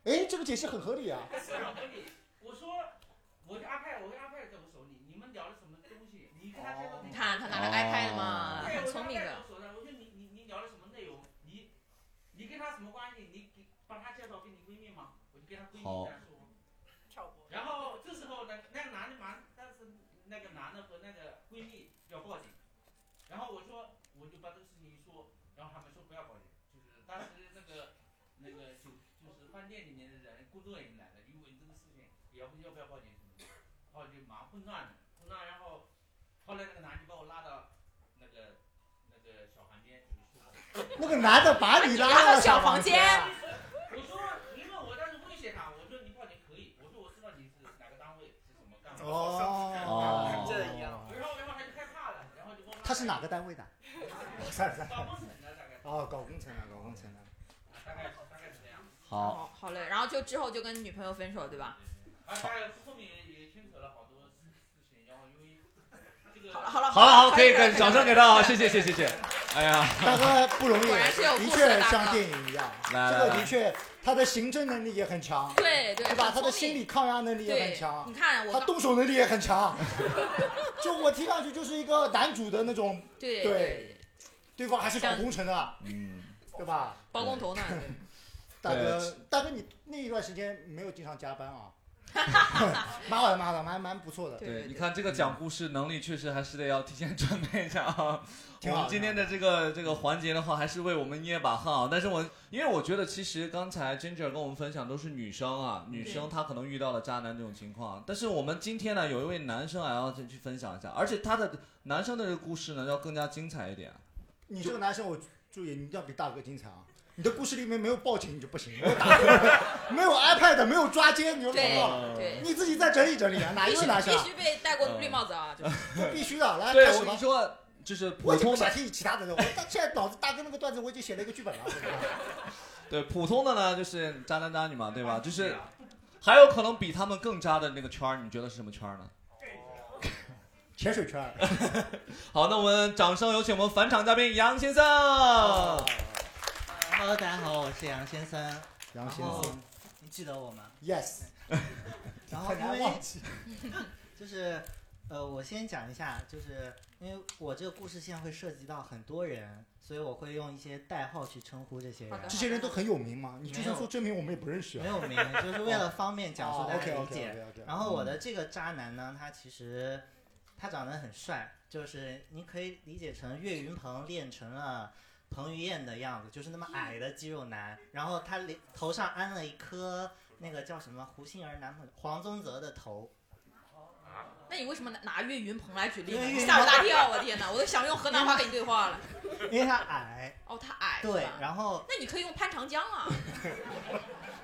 F: 哎，这个解释很合理啊，
I: 她说我跟你，我说我跟阿派，我跟阿派在我手里，你们聊了什么东西？你跟他介绍对
D: 你
I: 象，
D: 看他拿着 iPad 嘛，
I: 对，
D: 很
I: 我
D: 聪明
I: 跟阿派在
D: 的。
I: 我手上，我说你你你聊了什么内容？你你跟他什么关系？你给把他介绍给你闺蜜吗？我就跟他闺蜜
A: 好
I: 在说。然后这时候呢，那个男的马上，但是那个男的和那个闺蜜要报警，然后我说我就把这个事情一说，然后他们说不要报警，就是当时那个那个酒就是饭店里面的人工作人员来了，因为这个事情也要要不要报警什么的，然后就蛮混乱的，混乱，然后后来那个男的把我拉到那个那个小房间，就是说
F: [LAUGHS] 那个男的把你拉
D: 拉到
F: 到
D: 小
F: 房
D: 房
F: 啊
D: 间
I: 我说，因为我当时威胁他，我说你报警可以，我说我知道你是哪个单位，是什么干嘛。
F: 哦，
A: 这
F: 一样，
I: 然后，然后他就害怕了，然后就问我
F: 他是哪个单
I: [LAUGHS]
F: 位的？
I: 哦
F: [LAUGHS] 算了算了，
I: 搞工程的，大概
F: 哦，搞工程的，搞工程啊的，
I: 大概大概是这样。
A: 好，
D: 哦，好嘞。然后就之后就跟女朋友分手，对吧？
I: 啊，大概后面也牵扯了好多事情，然后因为这个
D: 好了，好了，
A: 好了，好，
D: 了
A: 可以，可以，掌声给他啊，谢
D: 谢。
A: 谢，谢谢，谢谢。哎呀，
F: 大哥不容易，
D: 果然是有
F: 的
D: 故事
F: 确
D: 的大哥
F: 像电影一样，
A: 来
F: 这
A: 来
F: 个的
A: 来，
F: 确他的行政能力也很强，
D: 对对，
F: 对吧？
D: 很
F: 他
D: 聪
F: 的心
D: 明
F: 理抗压能力也很
D: 对
F: 强，
D: 你看
F: 他
D: 我刚，
F: 动手能力也很强， [LAUGHS] 就我听上去就是一个男主的那种，
D: 对
F: 对，对方还是搞工程的，啊
A: 嗯，
F: 对吧？
D: 包工头呢？
F: [LAUGHS] 大
A: 对
D: [LAUGHS]
F: 哥，大哥，你那一段时间没有经常加班啊？蛮好的，蛮好的，蛮蛮不错的。嗯
A: 对，你看这个讲故事能力，确实还是得要提前准备一下啊。我
F: [LAUGHS] 挺好
A: 们今天的这个这个环节的话，还是为我们捏把汗啊。但是我因为我觉得，其实刚才 Ginger 跟我们分享都是女生啊，女生她可能遇到了渣男这种情况。啊但是我们今天呢，有一位男生还要去去分享一下，而且他的男生的这个故事呢，要更加精彩一点。啊
F: 你这个男生，我注意，你一定要比大哥精彩啊！你的故事里面没有报警你就不行，没有打嗝，没有 iPad，没有抓奸，你就找不到了。
D: 对对
F: 你自己再整理整理啊，哪一位男生
D: 必
F: 啊？
D: 须必须被戴过绿帽子啊！就是
F: 这必须的，来
A: 对
F: 开始
A: 我跟
F: 吧
A: 你。说，就是
F: 我
A: 普
F: 已经
A: 通
F: 不
A: 的
F: 想听你其他的了，我但现在脑子大哥那个段子我已经写了一个剧本了。对吧
A: 对普通的呢，就是渣男渣女嘛，对
F: 哎
A: 吧？就是
F: 啊
A: 还有可能比他们更渣的那个圈儿，你觉得是什么圈儿呢？
F: [LAUGHS] 潜水圈。
A: [LAUGHS] 好，那我们掌声有请我们返场嘉宾杨先生。
F: 哦
H: Hello，大家好，我是杨先生。
F: 杨
H: 然
F: 先
H: 后
A: 哦
F: 生
H: 你记得我吗
F: Yes
H: 然后
F: 很
H: 因
F: 难
H: 为
F: 忘记
H: 就是呃，我先讲一下，就是因为我这个故事线会涉及到很多人，所以我会用一些代号去称呼这些人。
F: 这些人都很有名吗？你就算说真名，我们也不认识啊。
H: 没有名，就是为了方便讲
F: 哦
H: 述大家理
F: OK
H: 解
F: OK。OK。
H: 然后我的这个渣男呢，他其实他长得很帅，就是你可以理解成岳云鹏练成了彭于晏的样子，就是那么矮的肌肉男。然后他脸头上安了一颗那个叫什么胡杏儿男朋友黄宗泽的头，
D: 那你为什么拿拿岳云鹏来举例
H: 因为岳
D: 呢？
H: 云
D: 吓我大
H: 鹏
D: 跳！我天哪，我都想用河南话跟你对话
H: [LAUGHS]
D: 了。
H: 因为他矮。
D: 哦，他矮。是
H: 对
D: 吧，
H: 然后
D: 那你可以用潘长江
H: [LAUGHS]
D: 啊。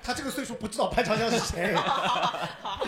F: 他这个岁数不知道潘长江是谁。
H: 啊
A: [LAUGHS]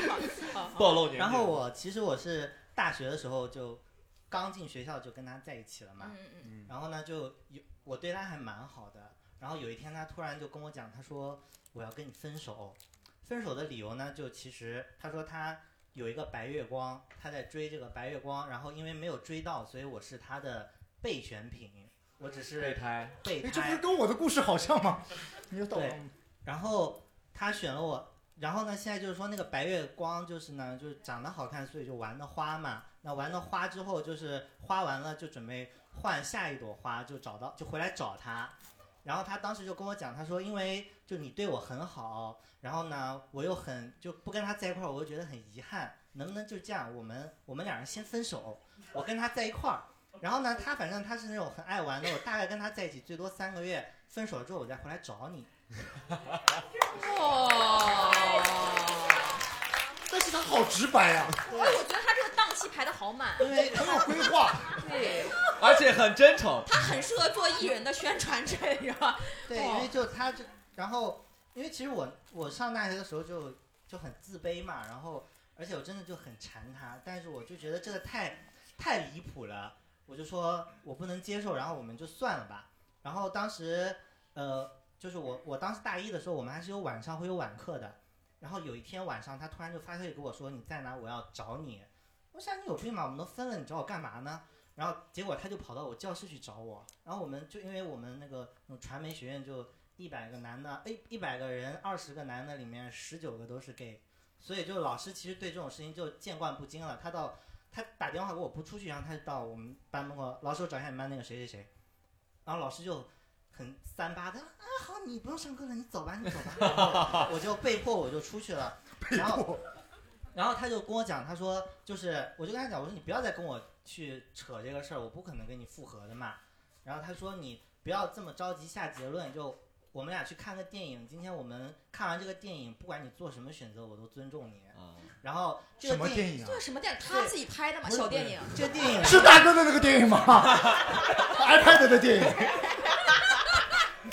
A: 暴露年龄
H: 然后我其实我是大学的时候就刚进学校就跟他在一起了嘛，
D: 嗯嗯
H: 嗯，然后呢就有我对他还蛮好的，然后有一天他突然就跟我讲，他说我要跟你分手，分手的理由呢就其实他说他有一个白月光，他在追这个白月光，然后因为没有追到，所以我是他的备选品，我只是
A: 备胎
H: 备胎，
F: 哎这不是跟我的故事好像吗？
H: [LAUGHS]
F: 你就懂了
H: 对。然后他选了我，然后呢，现在就是说那个白月光就是呢，就是长得好看，所以就玩的花嘛。那玩了花之后，就是花完了就准备换下一朵花，就找到就回来找他。然后他当时就跟我讲，他说因为就你对我很好，然后呢我又很就不跟他在一块儿，我又觉得很遗憾，能不能就这样，我们我们两人先分手，我跟他在一块儿。然后呢，他反正他是那种很爱玩的，我大概跟他在一起最多三个月，分手了之后我再回来找你。 [LAUGHS] 哎
F: 但是他好直白啊呀、
D: 哎，我觉得他这个档期排的好满，啊
H: 因为
F: 很有规划。
D: [LAUGHS] 对，
A: 而且很真诚。
D: 他很适合做艺人的宣传阵，你知道吧？
H: [LAUGHS] 对，
D: 哦
H: 因为就他就，然后因为其实我我上大学的时候就就很自卑嘛，然后而且我真的就很馋他，但是我就觉得这个太太离谱了，我就说我不能接受，然后我们就算了吧。然后当时呃，就是我我当时大一的时候，我们还是有晚上会有晚课的。然后有一天晚上，他突然就发消息给我说：“你在哪？我要找你。”我想你有病吧，我们都分了，你找我干嘛呢？然后结果他就跑到我教室去找我，然后我们就因为我们那个那种传媒学院就一百个男的，哎，一百个人，二十个男的里面十九个都是 gay，所以就老师其实对这种事情就见惯不惊了。他到他打电话给我不出去，然后他就到我们班门口，老师我找一下你们班那个谁谁谁，然后老师就很三八的啊，好，你不用上课了，你走吧，你走吧，
F: [LAUGHS]
H: 然后我就被迫我就出去了，然后。然后他就跟我讲，他说就是，我就跟他讲，我说你不要再跟我去扯这个事儿，我不可能跟你复合的嘛。然后他说你不要这么着急下结论，就我们俩去看个电影。今天我们看完这个电影，不管你做什么选择，我都尊重你。然后这个
F: 啊什么电影啊
H: 影
D: 这什么电影？他自己拍的嘛，
H: 不是
D: 小电影。
H: 这电影
F: 是大哥的那个电影吗？iPad 的电影。 [LAUGHS]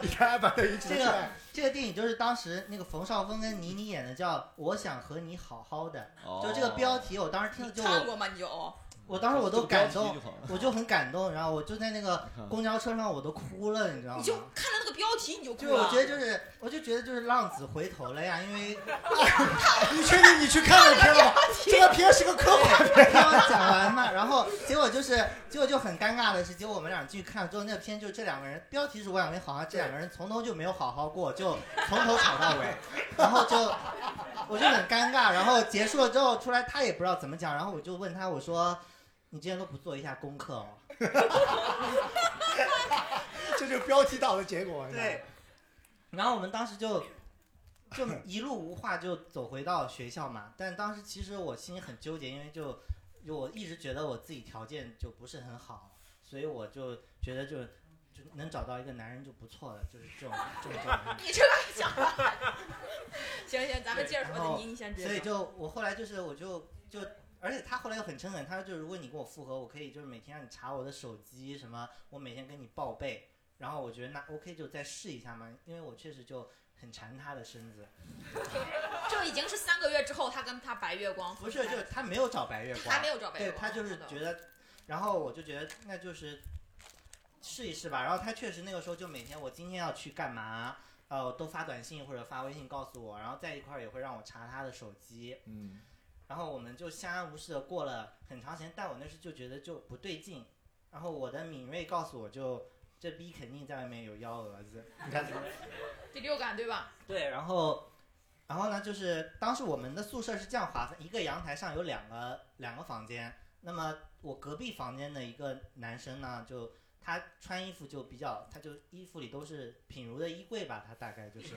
F: 你看 iPad 的一直
H: 这
F: 在
H: 个这个电影就是当时那个冯绍峰跟倪妮演的，叫《我想和你好好的》，
A: 哦
H: 就这个标题，我当时听了
D: 你
H: 就
D: 看过吗？你就哦，
H: 我当时我都感
A: 这
H: 动
A: 个标题就好，
H: 我就很感动，然后我就在那
F: [LAUGHS]
H: 个
F: 嗯
H: 公交车上我都哭了，你知道吗？
D: 你就看了那个标题你就哭
H: 就是啊我
D: 了。
H: 觉得就是，我就觉得就是浪子回头了呀，因为
F: [LAUGHS] 你确定你去看了片了
H: [LAUGHS]
F: 吗？这个片是个科幻 [LAUGHS] 片。
H: 听我讲完嘛，然后结果就是，结果就很尴尬的是，结果我们俩进去看了之后，那片就这两个人，标题是我想没好好，啊这两个人从头就没有好好过，就从头吵到尾，然后就我就很尴尬，然后结束了之后出来，他也不知道怎么讲，然后我就问他，我说你之前都不做一下功课
F: [LAUGHS]
H: 哦，
F: 这就是标题党的结果。你知道吗
H: 对，然后我们当时就就一路无话就走回到学校嘛。但当时其实我心里很纠结，因为就就我一直觉得我自己条件就不是很好，所以我就觉得就就能找到一个男人就不错了，就是这种这种状态。
D: [LAUGHS] 你这个想法， [LAUGHS] 行行，咱们接着
H: 然
D: 说，
H: 后
D: 你你先直接
H: 所
D: 说。
H: 以就我后来就是我就就，而且他后来又很诚恳，他说就如果你跟我复合，我可以就是每天让你查我的手机什么，我每天跟你报备。然后我觉得那 OK 就再试一下嘛，因为我确实就很馋他的身子，
D: 这已经是三个月之后，他跟他白月光
H: 不是就是他没有找白月光，
D: 他还没有找白月光
H: 对他就是
D: 是的
H: 觉得，然后我就觉得那就是试一试吧。然后他确实那个时候就每天我今天要去干嘛，呃，都发短信或者发微信告诉我，然后在一块儿也会让我查他的手机，
L: 嗯，
H: 然后我们就相安无事的过了很长时间，但我那时就觉得就不对劲，然后我的敏锐告诉我就这逼肯定在外面有幺蛾子，你看怎么？
D: [LAUGHS] 第六感对吧？
H: [LAUGHS] 对，然后，然后呢，就是当时我们的宿舍是这样划分，一个阳台上有两个两个房间。那么我隔壁房间的一个男生呢，就他穿衣服就比较，他就衣服里都是品如的衣柜吧，他大概就是，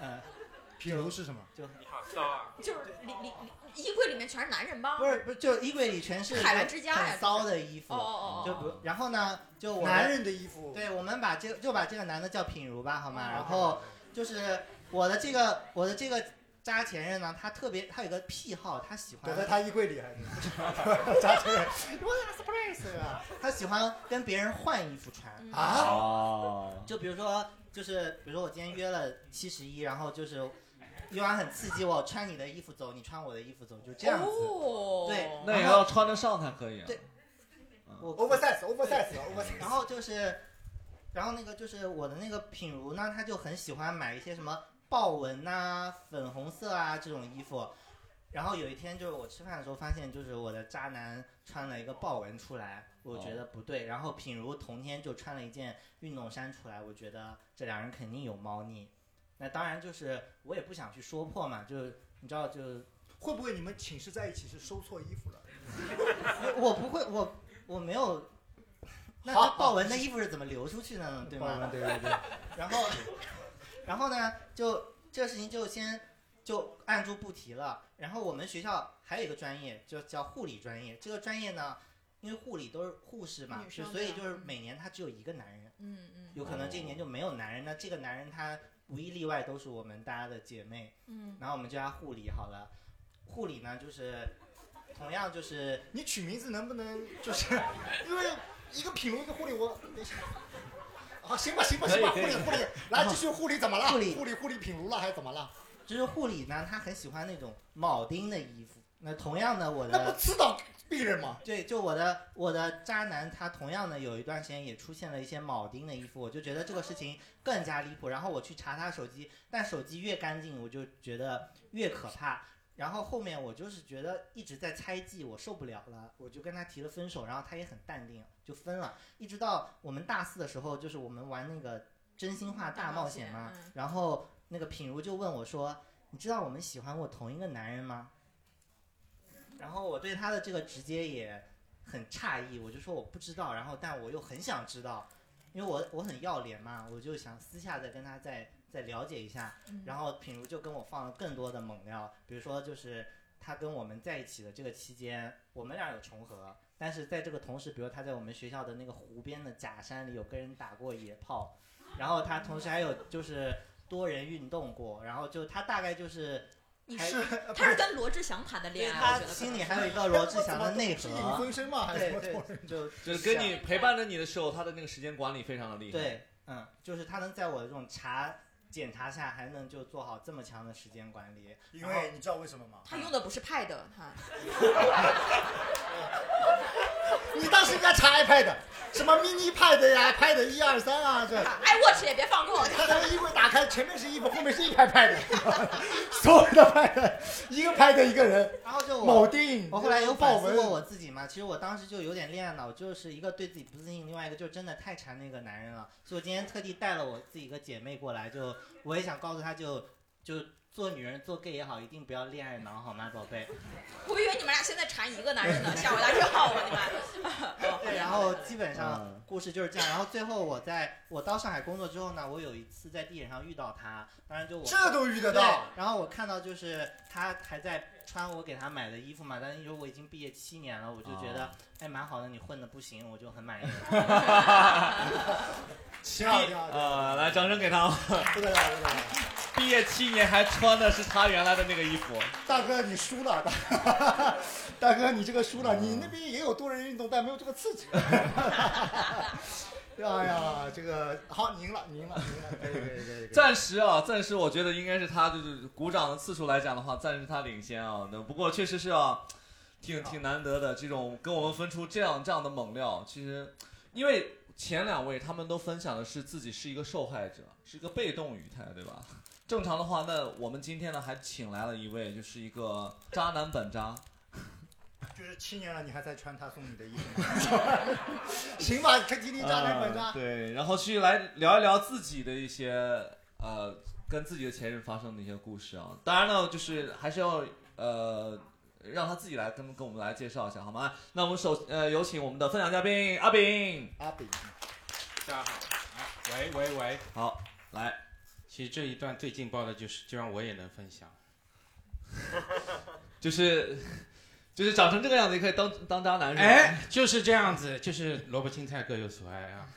H: 呃，
F: [LAUGHS] 品如是什么？
H: 就
I: 你好骚啊！
D: 就是里里里衣柜里面全是男人帮，
H: 不是不是，就衣柜里全是
D: 海澜之家呀
H: 很骚的衣服，
D: 哦哦哦
H: 就不，然后呢，就我们
F: 男人的衣服。
H: 对，我们把这就把这个男的叫品如吧，好
D: 哦
H: 吗？然后就是我的这个我的这个渣前任呢，他特别他有个癖好，他喜欢
F: 躲在他衣柜
H: [LAUGHS]
F: 里还是？渣前任
H: 我 surprise 啊！ [LAUGHS] 他喜欢跟别人换衣服穿
D: 嗯
F: 啊？
L: 哦，
H: 就比如说，就是比如说我今天约了七十一，然后就是约完很刺激我，穿你的衣服走，你穿我的衣服走，就这样子。
D: 哦
H: 对，
A: 那也
H: 然后
A: 要穿得上才可以啊。
H: 对我
F: oversize
H: 对
F: oversize oversize
H: 然后就是，然后那个就是我的那个品如呢，他就很喜欢买一些什么豹纹呐、粉红色啊这种衣服。然后有一天就是我吃饭的时候发现，就是我的渣男穿了一个豹纹出来，我觉得不对。然后品如同天就穿了一件运动衫出来，我觉得这两人肯定有猫腻。那当然就是我也不想去说破嘛，就是你知道就
F: 会不会你们寝室在一起是收错衣服了？
H: [LAUGHS] 我不会，我我没有。那
F: 好
H: 那豹纹的衣服是怎么流出去的呢？对
F: 豹
H: 吗
F: 纹？对对对。
H: [LAUGHS] 然后，然后呢，就这事情就先就按住不提了。然后我们学校还有一个专业，就叫护理专业。这个专业呢，因为护理都是护士嘛，
D: 女
H: 就
D: 生
H: 所以
D: 对啊
H: 就是每年他只有一个男人，
D: 嗯嗯
H: 有可能这一年就没有男人。那这个男人他无一例外都是我们大家的姐妹。
D: 嗯，
H: 然后我们叫他护理好了。护理呢，就是同样就是
F: 你取名字能不能就是，因为一个品如一个护理，我等一下。啊，行吧，行吧，
H: 可以
F: 行吧，护
H: 可以啊
F: 理护理，来继续护理怎么了？
H: 护理
F: 护理护理品如了还是怎么了？
H: 就是护理呢，他很喜欢那种铆钉的衣服。那同样呢，我
F: 那不
H: 的
F: 刺到病人吗？
H: 对，就我的我的渣男，他同样呢有一段时间也出现了一些铆钉的衣服，我就觉得这个事情更加离谱。然后我去查他手机，但手机越干净，我就觉得越可怕。然后后面我就是觉得一直在猜忌，我受不了了，我就跟他提了分手，然后他也很淡定，就分了。一直到我们大四的时候，就是我们玩那个真心话大冒险嘛
D: 大冒险嗯，
H: 然后那个品如就问我说：“你知道我们喜欢过同一个男人吗？”然后我对他的这个直接也很诧异，我就说我不知道，然后但我又很想知道，因为我我很要脸嘛，我就想私下再跟他再再了解一下。
D: 嗯
H: 然后品如就跟我放了更多的猛料，比如说就是他跟我们在一起的这个期间，我们俩有重合，但是在这个同时，比如他在我们学校的那个湖边的假山里有跟人打过野炮，然后他同时还有就是多人运动过，然后就他大概就是
D: 你
H: 还 [LAUGHS]
D: 是他是跟罗志祥谈的
H: 对
D: 恋爱，我
H: 他
D: 觉得可
H: 心
D: 能
H: 里
D: 是
H: 还有一个罗志祥的内
F: 是 [LAUGHS] 影
H: 核，
F: 分身吗？还是
H: 对
F: 什么？
H: 对，就
A: 就是跟
F: 啊
A: 你陪伴着你的时候，他的那个时间管理非常的厉害。
H: 对，嗯，就是他能在我这种查检查下，还能就做好这么强的时间管理，
F: 因
H: 然后
F: 为你知道为什么吗？
D: 他用的不是派的， [LAUGHS] 他
F: 你当时应该查 iPad，什么 mini pad 呀，pad 一二三啊，这。
D: iWatch 哎也别放过我。
F: 他那个衣柜打开，前面是衣服，后面是一排排的，所有的排的，一个排的一个人，
H: [LAUGHS] 然后就
F: 铆
H: 我。
F: 钉，
H: 我后来有
F: 豹
H: 反思
F: 纹，
H: 过我自己嘛，其实我当时就有点恋爱脑，就是一个对自己不自信，另外一个就真的太馋那个男人了，所以我今天特地带了我自己一个姐妹过来，就我也想告诉她就，就做女人做 gay 也好，一定不要恋爱脑，好吗，宝贝？
D: 我以为你们俩现在缠一个男人呢，吓我一大跳！我的妈！
H: 对，然后后基本上
M: 嗯
H: 故事就是这样。然后最后我在我到上海工作之后呢，我有一次在地铁上遇到他，当然就我
F: 这都遇得
H: 对
F: 到
H: 然后我看到就是他还在穿我给他买的衣服嘛，但是因为我已经毕业七年了，我就觉得、
A: 哦
H: 哎蛮好的，你混的不行，我就很满意。
A: 七
F: 啊
A: 呃，来掌声给他。
F: 不得了，不得了！
A: 毕业七年还穿的是他原来的那个衣服，
F: 大哥，你输了，大大哥，你这个输了，你那边也有多人运动，但没有这个刺激。 [LAUGHS] 哎呀，这个好，你赢了，你赢了，你赢了，可以，可以，可以。可以
A: 暂时啊，暂时我觉得应该是他就是鼓掌的次数来讲的话，暂时他领先啊。那不过确实是啊，挺挺难得的，这种跟我们分出这样这样的猛料，其实因为前两位他们都分享的是自己是一个受害者，是一个被动语态，对吧？正常的话，那我们今天呢还请来了一位，就是一个渣男本渣，
F: 就是七年了，你还在穿他送你的衣服吗？ [LAUGHS] 行吧，看听听渣男本渣。
A: 啊对，然后去来聊一聊自己的一些呃，跟自己的前任发生的一些故事啊。当然呢，就是还是要呃，让他自己来跟跟我们来介绍一下，好吗？那我们首呃，有请我们的分享嘉宾阿炳。
F: 阿炳，
C: 大家好，喂喂喂，
A: 好，来，
C: 其实这一段最劲爆的就是，就让我也能分享。
A: 就是就是长成这个样子，也可以当当渣男是吧？
C: 哎，就是这样子，就是萝卜青菜各有所爱啊。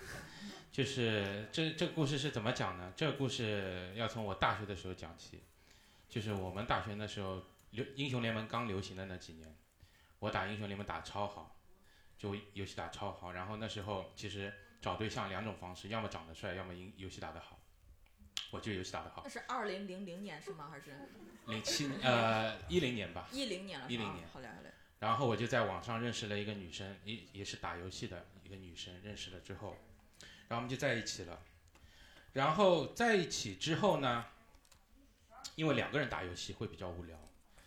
C: 就是这这故事是怎么讲呢？这故事要从我大学的时候讲起，就是我们大学那时候流英雄联盟刚流行的那几年，我打英雄联盟打超好，就游戏打超好。然后那时候其实找对象两种方式，要么长得帅，要么游游戏打得好。我就游戏打得好
D: [LAUGHS] 那，是二零零零年是吗？还是
C: 零七呃一零年吧，
D: 10年了
C: 嗯一
D: 是吧
C: 零年，
D: 好嘞好嘞
C: 然后我就在网上认识了一个女生，也也是打游戏的一个女生，认识了之后，然后我们就在一起了。然后在一起之后呢，因为两个人打游戏会比较无聊，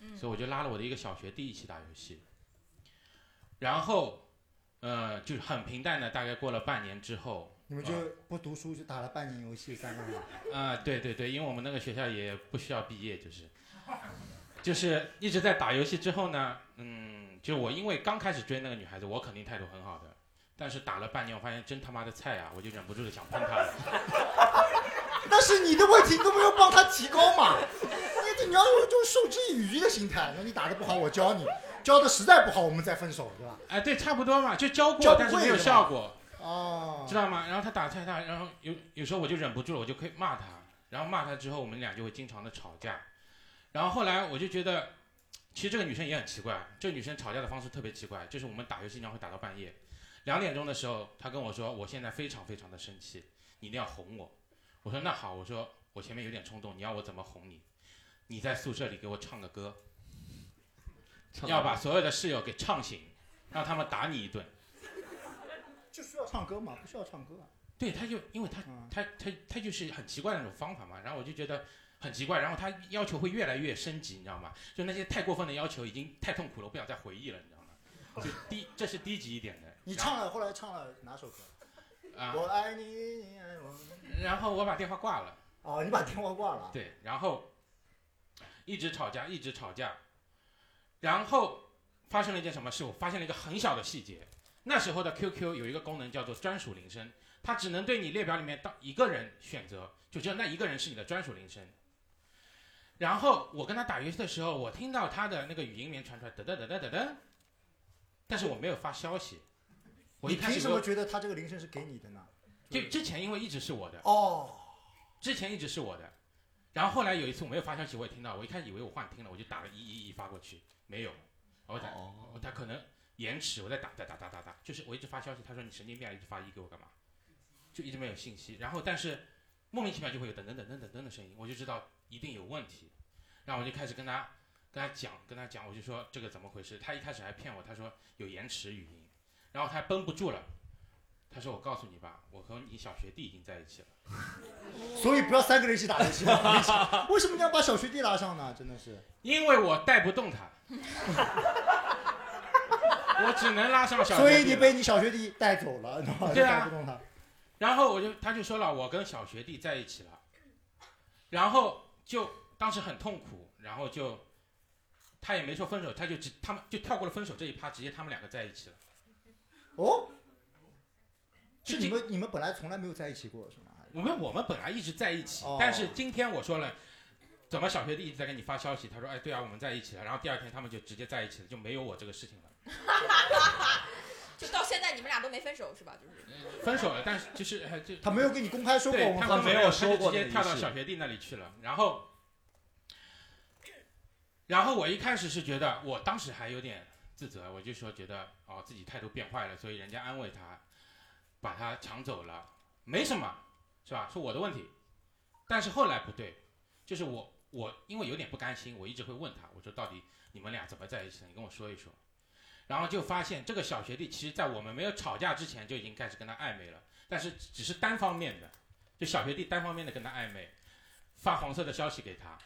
I: 嗯
C: 所以我就拉了我的一个小学弟一起打游戏。然后，呃，就很平淡的，大概过了半年之后，
F: 你们就不读书就打了半年游戏，三个人。 [LAUGHS]
C: 啊、对对对，因为我们那个学校也不需要毕业，就是，就是一直在打游戏之后呢，嗯，就我因为刚开始追那个女孩子，我肯定态度很好的，但是打了半年，我发现真他妈的菜啊，我就忍不住的想喷她了。 [LAUGHS]
F: 那是你的问题，你都没有帮他提高嘛？你你要有一种受之以鱼的心态，那你打的不好，我教你；教的实在不好，我们再分手，对吧？
C: 哎，对，差不多嘛，就教过，
F: 教不
C: 但是
F: 会
C: 没有
F: 是吧
C: 效果，
F: 哦，
C: 知道吗？然后她打菜她，然后有有时候我就忍不住了，我就可以骂她，然后骂她之后，我们俩就会经常的吵架。然后后来我就觉得，其实这个女生也很奇怪，这个女生吵架的方式特别奇怪，就是我们打游戏经常会打到半夜，两点钟的时候，她跟我说，我现在非常非常的生气，你一定要哄我。我说那好，我说我前面有点冲动，你要我怎么哄你？你在宿舍里给我唱个歌，
A: 唱
C: 要
A: 个
C: 把
A: 歌
C: 所有的室友给唱醒，让他们打你一顿。
F: 就需要唱歌嘛，不需要唱歌啊。
C: 对，他就因为他、
F: 嗯
C: 他他他就是很奇怪的那种方法嘛，然后我就觉得很奇怪，然后他要求会越来越升级，你知道吗？就那些太过分的要求已经太痛苦了，我不想再回忆了，你知道吗？就低，这是低级一点的。
F: 你
C: 然后
F: 唱了，后来唱了哪首歌？
C: 啊
F: 我爱你，你爱我。
C: 然后我把电话挂了。
F: 哦，你把电话挂了。
C: 对，然后一直吵架，一直吵架，然后发生了一件什么事？我发现了一个很小的细节。那时候的 QQ 有一个功能叫做专属铃声，它只能对你列表里面当一个人选择，就只有那一个人是你的专属铃声。然后我跟他打游戏的时候，我听到他的那个语音里面传出来噔噔噔噔噔噔，但是我没有发消息。我一
F: 你
C: 开始
F: 凭什
C: 没
F: 么
C: 有
F: 觉得他这个铃声是给你的呢？
C: 就之前因为一直是我的
F: 哦，
C: 之前一直是我的，然后后来有一次我没有发消息，我也听到，我一开始以为我幻听了，我就打了一一一发过去，没有，我打我打可能延迟，我在打打打打打打，就是我一直发消息，他说你神经病啊，一直发一给我干嘛？就一直没有信息，然后但是莫名其妙就会有噔噔噔噔噔噔的声音，我就知道一定有问题，然后我就开始跟他跟他讲跟他讲，我就说这个怎么回事？他一开始还骗我，他说有延迟语音，然后他绷不住了。他说：“我告诉你吧，我和你小学弟已经在一起了。”
F: 所以不要三个人一起打游戏嘛。为什么你要把小学弟拉上呢？真的是。
C: 因为我带不动他， [LAUGHS] 我只能拉上小学弟
F: 所
C: 了
F: 以你被你小学弟带走了，你知道吗？
C: 对啊
F: 带不动他。
C: 然后我就他就说了，我跟小学弟在一起了，然后就当时很痛苦，然后就他也没说分手，他就直他们就跳过了分手这一趴，直接他们两个在一起了。
F: 哦，是你们你们本来从来没有在一起过是吗？
C: 我们我们本来一直在一起，
F: 哦
C: 但是今天我说了，怎么小学弟一直在给你发消息？他说，哎，对啊，我们在一起了。然后第二天他们就直接在一起了，就没有我这个事情了。
D: 就到现在你们俩都没分手是吧？就是
C: 分手了，但是就是呃就
F: 他没 [LAUGHS] 有跟你公开说过
C: 对
F: 我们
C: 他
F: 分手
C: 们有
F: 没有
C: 他
F: 说
C: 就
F: 过
C: 直接
F: 的
C: 跳
F: 意
C: 到
F: 思
C: 小学弟那里去了。然后，然后我一开始是觉得，我当时还有点自责，我就说觉得哦自己态度变坏了，所以人家安慰他，把他抢走了，没什么，是吧？是我的问题。但是后来不对，就是我我因为有点不甘心，我一直会问他，我说到底你们俩怎么在一起的？你跟我说一说。然后就发现这个小学弟，其实在我们没有吵架之前就已经开始跟他暧昧了，但是只是单方面的，就小学弟单方面的跟他暧昧，发红色的消息给他，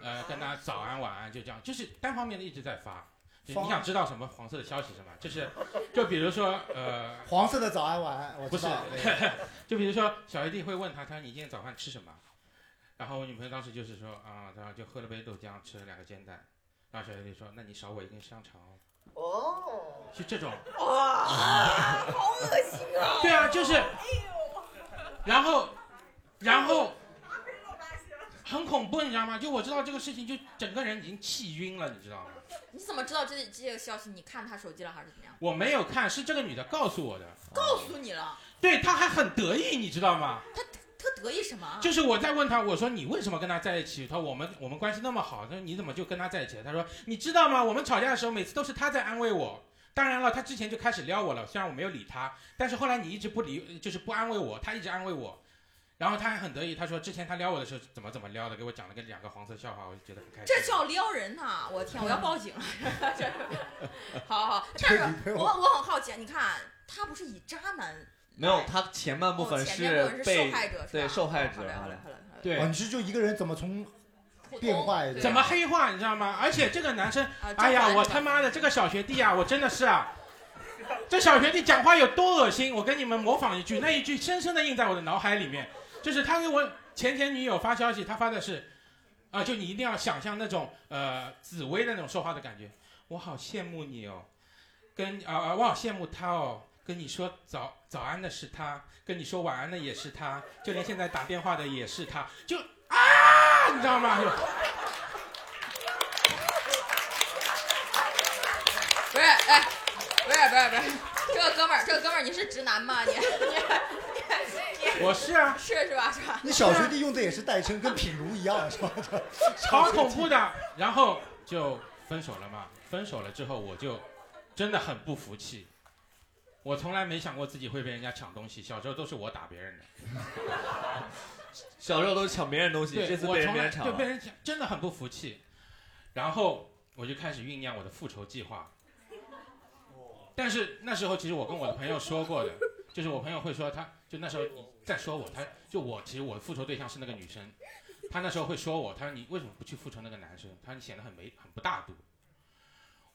C: 呃，跟他早安晚安就这样，就是单方面的一直在发。你
F: 发
C: 想知道什么黄色的消息是吗？就是，就比如说，呃，
F: 黄色的早安晚安，我
C: 不
F: 知
C: 是
F: 道。对
C: [LAUGHS] 就比如说小学弟会问他，他说你今天早饭吃什么？然后我女朋友当时就是说啊，然后就喝了杯豆浆，吃了两个煎蛋。然后小学弟说，那你少我一根香肠哦。
J: [LAUGHS] 哦，
C: 是这种。
J: 哇好恶心啊
C: 对啊，就是，然后，然后，很恐怖，你知道吗？就我知道这个事情，就整个人已经气晕了，你知道吗？
D: 你怎么知道这这个消息？你看他手机了还是怎么样？
C: 我没有看，是这个女的告诉我的。
D: 告诉你了，
C: 对，她还很得意，你知道吗？
D: 他得意什么啊？
C: 就是我在问他，我说你为什么跟他在一起？他说我们我们关系那么好，他说你怎么就跟他在一起了？他说你知道吗？我们吵架的时候，每次都是他在安慰我。当然了，他之前就开始撩我了，虽然我没有理他，但是后来你一直不理，就是不安慰我，他一直安慰我。然后他还很得意，他说之前他撩我的时候怎么怎么撩的，给我讲了个两个黄色笑话，我就觉得很开心。
D: 这叫撩人呐、我天，我要
C: [LAUGHS]
D: 报警了！这是好好，好但
A: 这女
D: 是
A: 朋友
D: 我我很好奇，你看他不是以渣男，
A: 没有，他前半部分
D: 哦前半部分是
A: 被
D: 受害者是吧
A: 对受害者，啊
D: 好嘞好嘞好嘞好嘞
C: 对
F: 哦，你是就一个人怎么从变坏的？
C: 怎么黑化，你知道吗？而且这个男生，
D: 这
C: 哎呀，
D: 个
C: 我他妈的这个小学弟啊，我真的是啊，这小学弟讲话有多恶心，我跟你们模仿一句，那一句深深的印在我的脑海里面，就是他给我前前女友发消息，他发的是，啊、就你一定要想象那种呃紫薇那种说话的感觉，我好羡慕你哦，跟啊、啊我好羡慕他哦。跟你说早早安的是他，跟你说晚安的也是他，就连现在打电话的也是他，就啊，你知道吗？就
D: 不是，哎，不是不是不是，这个哥们儿，这个哥们儿，你是直男吗？你你你你，
C: 我是啊
D: 是是吧是吧？
F: 你小学弟用的也是代称，跟品如一样是吧？
C: [LAUGHS] 超恐怖的。然后就分手了嘛。分手了之后，我就真的很不服气。我从来没想过自己会被人家抢东西，小时候都是我打别人的。
A: 小时候都是抢别人东西，
C: 对，
A: 这次
C: 我
A: 被人
C: 从
A: 别
C: 来
A: 人抢
C: 对，被
A: 了。
C: 人抢，真的很不服气。然后我就开始酝酿我的复仇计划。但是那时候其实我跟我的朋友说过的， [LAUGHS] 就是我朋友会说他，就那时候你在说我，他就我其实我的复仇对象是那个女生，他那时候会说我，他说你为什么不去复仇那个男生？他说你显得很没很不大度。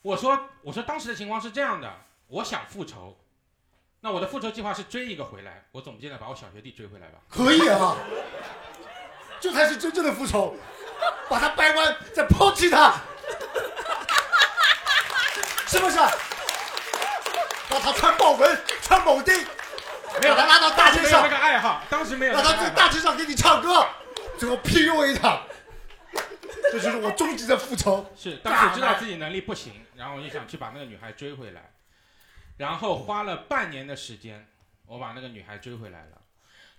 C: 我说我说当时的情况是这样的，我想复仇，那我的复仇计划是追一个回来，我总不见得把我小学弟追回来吧？
F: 可以啊，这才是真正的复仇，把他掰弯，再抛弃他，是不是？啊把他穿豹纹，穿铆钉，
C: 没有
F: 把他拉到大街上
C: 没有那个爱好，当时没有那个
F: 让
C: 爱
F: 他
C: 好。
F: 在大街上给你唱歌，最后 PUA 他，这就是我终极的复仇。
C: 是，当时知道自己能力不行，然后我就想去把那个女孩追回来，然后花了半年的时间，我把那个女孩追回来了，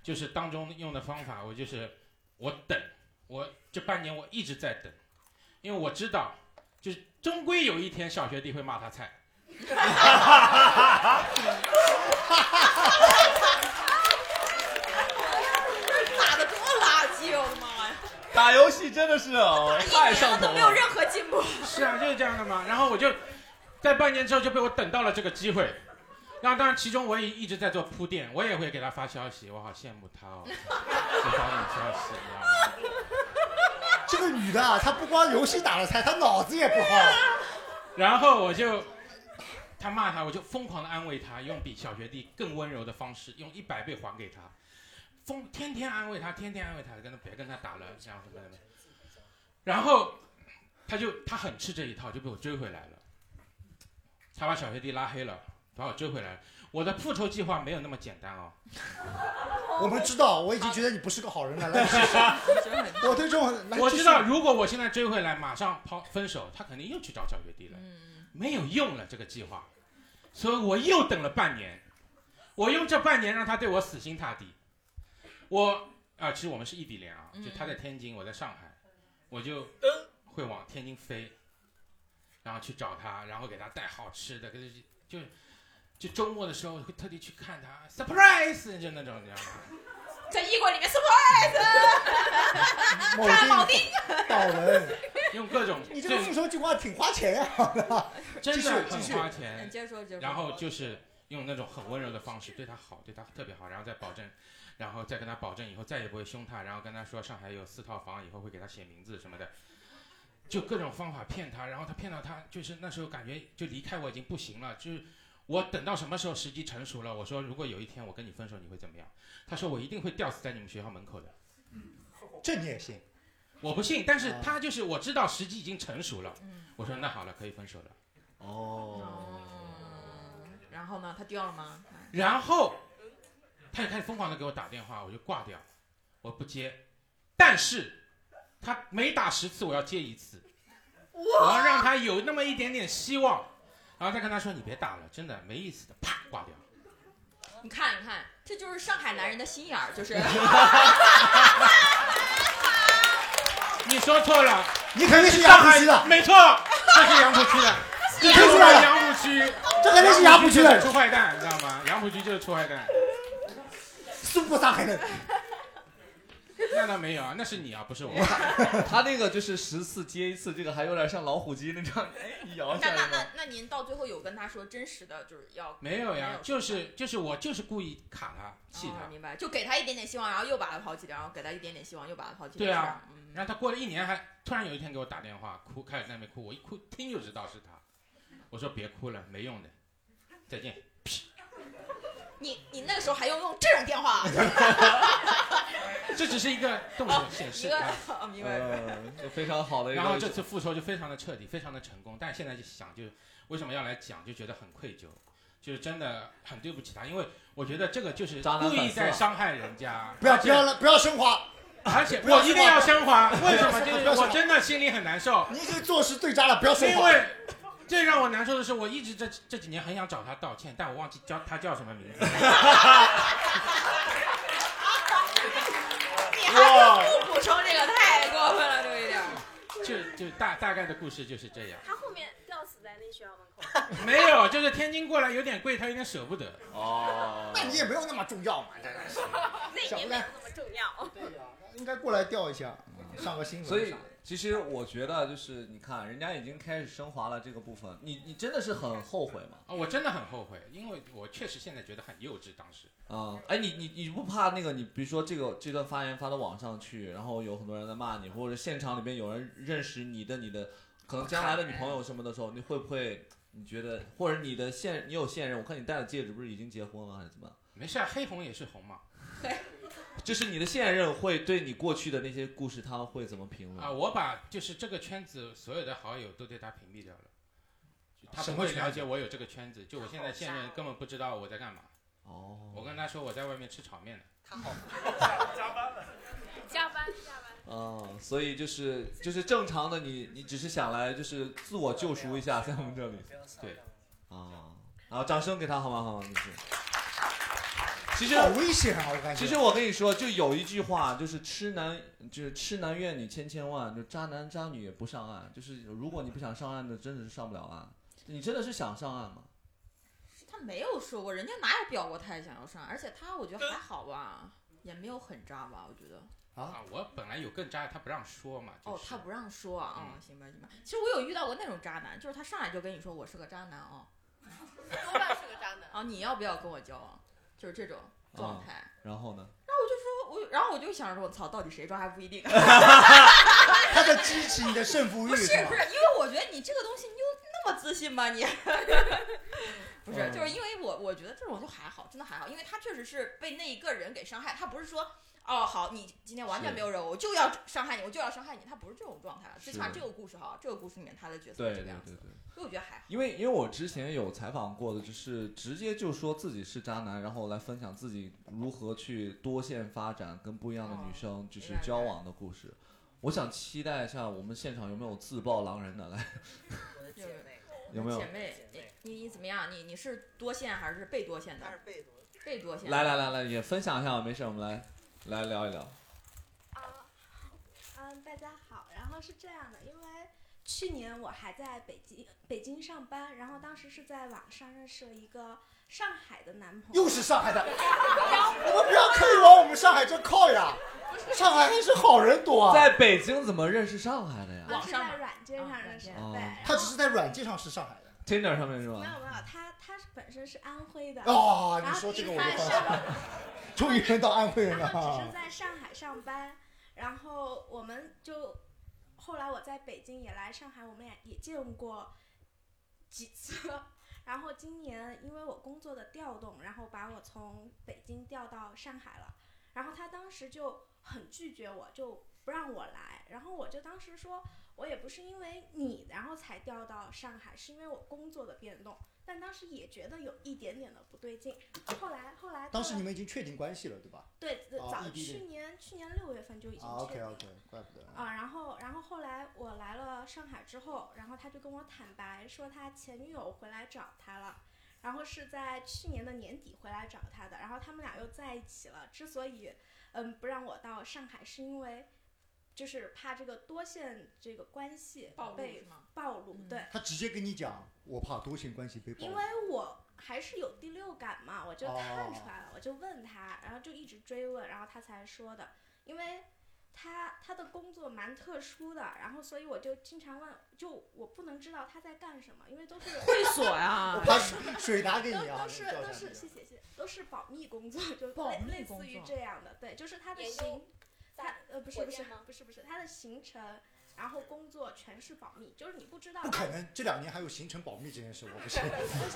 C: 就是当中用的方法，我就是我等，我这半年我一直在等，因为我知道，就是终归有一天小学弟会骂他菜。 [LAUGHS]
D: 打的多垃圾，我的妈呀！ [LAUGHS]
A: 打游戏真的是哦，
D: 一
A: 太
D: 年
A: 上
D: 了
A: 头
D: 都
A: 了。
D: 没有任何进步。
C: 是啊，就是这样的嘛。然后我就在半年之后就被我等到了这个机会。然后当然，其中我也一直在做铺垫，我也会给他发消息，我好羡慕他
A: [LAUGHS]
C: 哦，给他点消息，你知道吗？
F: 这个女的啊，她不光游戏打了菜，她脑子也不好。
C: 然后我就，他骂他，我就疯狂的安慰他，用比小学弟更温柔的方式，用一百倍还给他，疯天天安慰他，天天安慰他，跟他别跟他打了，这样什么什么。然后他就他很吃这一套，就被我追回来了。他把小学弟拉黑了，把我追回来了。我的复仇计划没有那么简单哦。
F: 我们知道，我已经觉得你不是个好人了。来，试试 [LAUGHS] 我对这种来
C: 我
F: 继
C: 知
F: 续
C: 道，如果我现在追回来，马上抛分手，他肯定又去找小学弟了，
F: 嗯
C: 没有用了这个计划，所以我又等了半年，我用这半年让他对我死心塌地。我啊、其实我们是异地恋啊，就他
F: 嗯
C: 在天津，我在上海，我就会往天津飞，然后去找他，然后给他带好吃的，给他就就周末的时候会特地去看他，surprise 就那种，你知道吗？
D: 在衣柜里面 surprise，
F: 某
D: 看铆
F: 地
D: 钉，
F: 道文，
C: 用各种
F: 你这个
C: 最
F: 复仇计划挺花钱呀、啊， [LAUGHS]
C: 真的
F: 继
C: 很
F: 续
C: 花钱
D: 嗯。接着说接着说
C: 然后就是用那种很温柔的方式对他好，对他特别好，然后再保证，然后再跟他保证以后再也不会凶他，然后跟他说上海有四套房，以后会给他写名字什么的，就各种方法骗他。然后他骗到他，就是那时候感觉就离开我已经不行了，就是。我等到什么时候时机成熟了？我说，如果有一天我跟你分手，你会怎么样？他说我一定会吊死在你们学校门口的。
F: 这你也信？啊
C: 我不信，但是他就是我知道时机已经成熟了。我说那好了，可以分手了。
F: 哦。
D: 然后呢？他掉了吗？
C: 然后他就开始疯狂的给我打电话，我就挂掉，我不接。但是他每打十次，我要接一次，我要让他有那么一点点希望。然后再跟他说：“你别打了，真的没意思的。”啪，挂掉。
D: 你看，你看，这就是上海男人的心眼儿，就是。
C: 你说错了，
F: 你肯定是
C: 上
F: 杨浦
C: 海
F: 区的，
C: 没错，这是杨浦区
F: [LAUGHS]
C: 的，
F: 你
C: 这
F: 听出来了
C: 杨浦区，
F: 这肯定是杨浦区的
C: 就是出坏蛋，你知道吗？杨浦区就是出坏蛋。
F: 苏泊上海人。
C: [LAUGHS] 那倒没有啊，那是你啊，不是我。
A: [LAUGHS] 他那个就是十次接一次，这个还有点像老虎机那张，哎，一摇
D: [LAUGHS] 那
A: 下
D: 那
A: 来
D: 那
A: 的。
D: 那您到最后有跟他说真实的，就是要
C: 没有呀，
D: 没有
C: 就是就是我就是故意卡他，气他
D: 哦。明白，就给他一点点希望，然后又把他抛弃掉，然后给他一点点希望，又把他抛弃掉。
C: 对
D: 是嗯吧
C: 啊，然后他过了一年还，突然有一天给我打电话，哭，开始在那边哭，我一哭听就知道是他。我说别哭了，没用的，再见。
D: 你你那个时候还用用这种电话？ [LAUGHS]
C: [LAUGHS] 这只是一个动作显示
D: 一个
C: 啊。
D: 哦明白明白
A: 嗯就非常好的一个。
C: 然后这次复仇就非常的彻底，非常的成功。但是现在就想，就为什么要来讲，就觉得很愧疚，就是真的很对不起他，因为我觉得这个就是
A: 渣男反
C: 故
A: 思啊
C: 意在伤害人家。
F: [LAUGHS] 不要
C: 而且
F: 不要了不要升华，
C: [LAUGHS] 而且
F: 不要
C: 我一定要升
F: [LAUGHS]
C: 华，
F: 升华
C: 为什么？就
F: 不要
C: 是
F: 升华
C: 我真的心里很难受。
F: 你这个做事对渣了，不要升
C: 因
F: 华。
C: 为最让我难受的是，我一直这这几年很想找他道歉，但我忘记叫他叫什么名
F: [LAUGHS]
C: 字。 [LAUGHS]
D: 你还能不补充这个太过分了，对一 [LAUGHS] 点儿。
C: 就就大大概的故事就是这样， [LAUGHS]
N: 他后面吊死在那学校门口。
C: 没有，就是天津过来有点贵，他有点舍不得。
A: 哦
F: 那你也没有那么重要嘛，真的是。
O: [LAUGHS]
N: 那也没有那么重要。
F: 应该过来调一下，上个新闻。
A: 嗯所以其实我觉得就是你看，人家已经开始升华了这个部分，你你真的是很后悔吗？
C: 啊、我真的很后悔，因为我确实现在觉得很幼稚，当时。
A: 啊、哎，你你你不怕那个？你比如说这个这段发言发到网上去，然后有很多人在骂你，或者现场里面有人认识你的你的可能将来的女朋友什么的时候，你会不会你觉得，或者你的现你有现任？我看你戴的戒指不是已经结婚了还是怎么？
C: 没事啊，黑红也是红嘛。
A: [LAUGHS] 就是你的现任会对你过去的那些故事，他会怎么评论？
C: 啊，我把就是这个圈子所有的好友都对他屏蔽掉了，就他
A: 什
C: 不
A: 么
C: 会
A: 圈
C: 了
A: 子
C: 解我有这个圈子，就我现在现任根本不知道我在干嘛。
A: 哦，
C: 我跟他说我在外面吃炒面呢。
N: 他好，
J: 加班了，
N: 加班加班。
A: 嗯，所以就是就是正常的你，你只是想来就是自我救赎一下，在我们这里。
C: 对，
A: 啊，好，掌声给他好吗？好吗？就是。其实
F: 好危险啊，我感觉。
A: 其实我跟你说，就有一句话，就是痴男，就是痴男怨女千千万，就渣男渣女也不上岸。就是如果你不想上岸的，真的是上不了岸。你真的是想上岸吗？
D: 他没有说过，人家哪有表过态想要上，而且他我觉得还好吧，也没有很渣吧，我觉得。
C: 啊，我本来有更渣，他不让说嘛。就
D: 哦，
C: 是
D: 他不让说啊、哦行吧行吧。其实我有遇到过那种渣男，就是他上来就跟你说我是个渣男 [LAUGHS] 哦，
E: 多半是个渣男。
D: 啊你要不要跟我交往，就是这种状态。
A: 啊然后呢？
D: 然后我就说，我然后我就想着我操，到底谁装还不一定。 [LAUGHS]
F: 他在激起你的胜负欲
D: 不是
F: 吗
D: 不是，？因为我觉得你这个东西你就那么自信吗？你 [LAUGHS] 不是，
F: 嗯
D: 就是因为我我觉得这种就还好，真的还好，因为他确实是被那一个人给伤害，他不是说哦，好，你今天完全
A: 是
D: 没有惹我，我就要伤害你，我就要伤害你，他不是这种状态啊了，至
A: 是
D: 少这个故事哈，这个故事里面他的角色
A: 对
D: 是这
A: 对
D: 个样子，
A: 对对。
D: 所以我觉得还好。
A: 因为因为我之前有采访过的，就是直接就说自己是渣男，然后来分享自己如何去多线发展，跟不一样的女生就是交往的故事。我想期待一下我们现场有没有自爆狼人的 [LAUGHS] 来，
D: 有
A: 有没有
D: 姐妹，你你怎么样？你你是多线还是被多线的？被多被多线。
A: 来来来来也分享一下，没事，我们来来聊一聊。
G: 嗯，大家好。然后是这样的，因为去年我还在北京北京上班，然后当时是在网上认识了一个上海的男朋友，
F: 又是上海的
G: [LAUGHS] 然后
F: 你们不要刻意往我们上海这靠呀！上海还是好人多啊。
A: 在北京怎么认识上海的呀
G: 我是在软件上认识的，对。
A: 哦
F: 他只是在软件上是上海的。
A: ？Tinder 上面是
G: 没有
A: 吧？
G: 没有，他他是本身是安徽的
F: 哦
G: 然
F: 你
G: 后
F: 说
G: 第
F: 这
G: 一
F: 个我
G: 开
F: 就放
G: 始
F: 心了终于轮到安徽人了
G: 只
F: 啊
G: 是！在上海上班，然后我们就后来我在北京也来上海，我们俩也见过几次。然后今年因为我工作的调动，然后把我从北京调到上海了。然后他当时就很拒绝我，就不让我来。然后我就当时说，我也不是因为你，然后才调到上海，是因为我工作的变动。但当时也觉得有一点点的不对劲。后来后来
F: [LAUGHS] 当时你们已经确定关系了，对吧？
G: 对，
F: 哦
G: 早
F: 异地
G: 去
F: 恋
G: 年去年六月份就已经
F: 啊
G: 确
F: ，OK
G: 定了。
F: OK，怪不得。
G: 啊，然后，然后后来我来了上海之后，然后他就跟我坦白说，他前女友回来找他了，然后是在去年的年底回来找他的，然后他们俩又在一起了。之所以，嗯，不让我到上海，是因为就是怕这个多线这个关系
D: 暴露
G: 被
D: 是吗嗯
G: 暴露，对，
F: 他直接跟你讲，我怕多线关系被暴
G: 因
F: 露。
G: 为我还是有第六感嘛，我就看出来了，
F: 哦
G: 我就问他，然后就一直追问，然后他才说的。因为他他的工作蛮特殊的，然后所以我就经常问，就我不能知道他在干什么，因为都是
D: 会所呀
G: [LAUGHS]
F: 我把水水拿给你
G: 都
F: 啊
G: 都
F: 你
G: 是
F: 照
G: 都
F: 相
G: 是
F: 机
G: 谢谢谢谢，都是保密工作，就
D: 保
G: 类
D: 密
G: 类
D: 工
G: 似于
D: 作
G: 这样的，对，就是他的
N: 研究
G: 行，他呃不是
N: 火
G: 不是
N: 箭吗
G: 不是不是他的行程。然后工作全是保密，就是你不知道
F: 不
G: 他
F: 可能，这两年还有行程保密这件事，我
G: [LAUGHS]
F: 不信。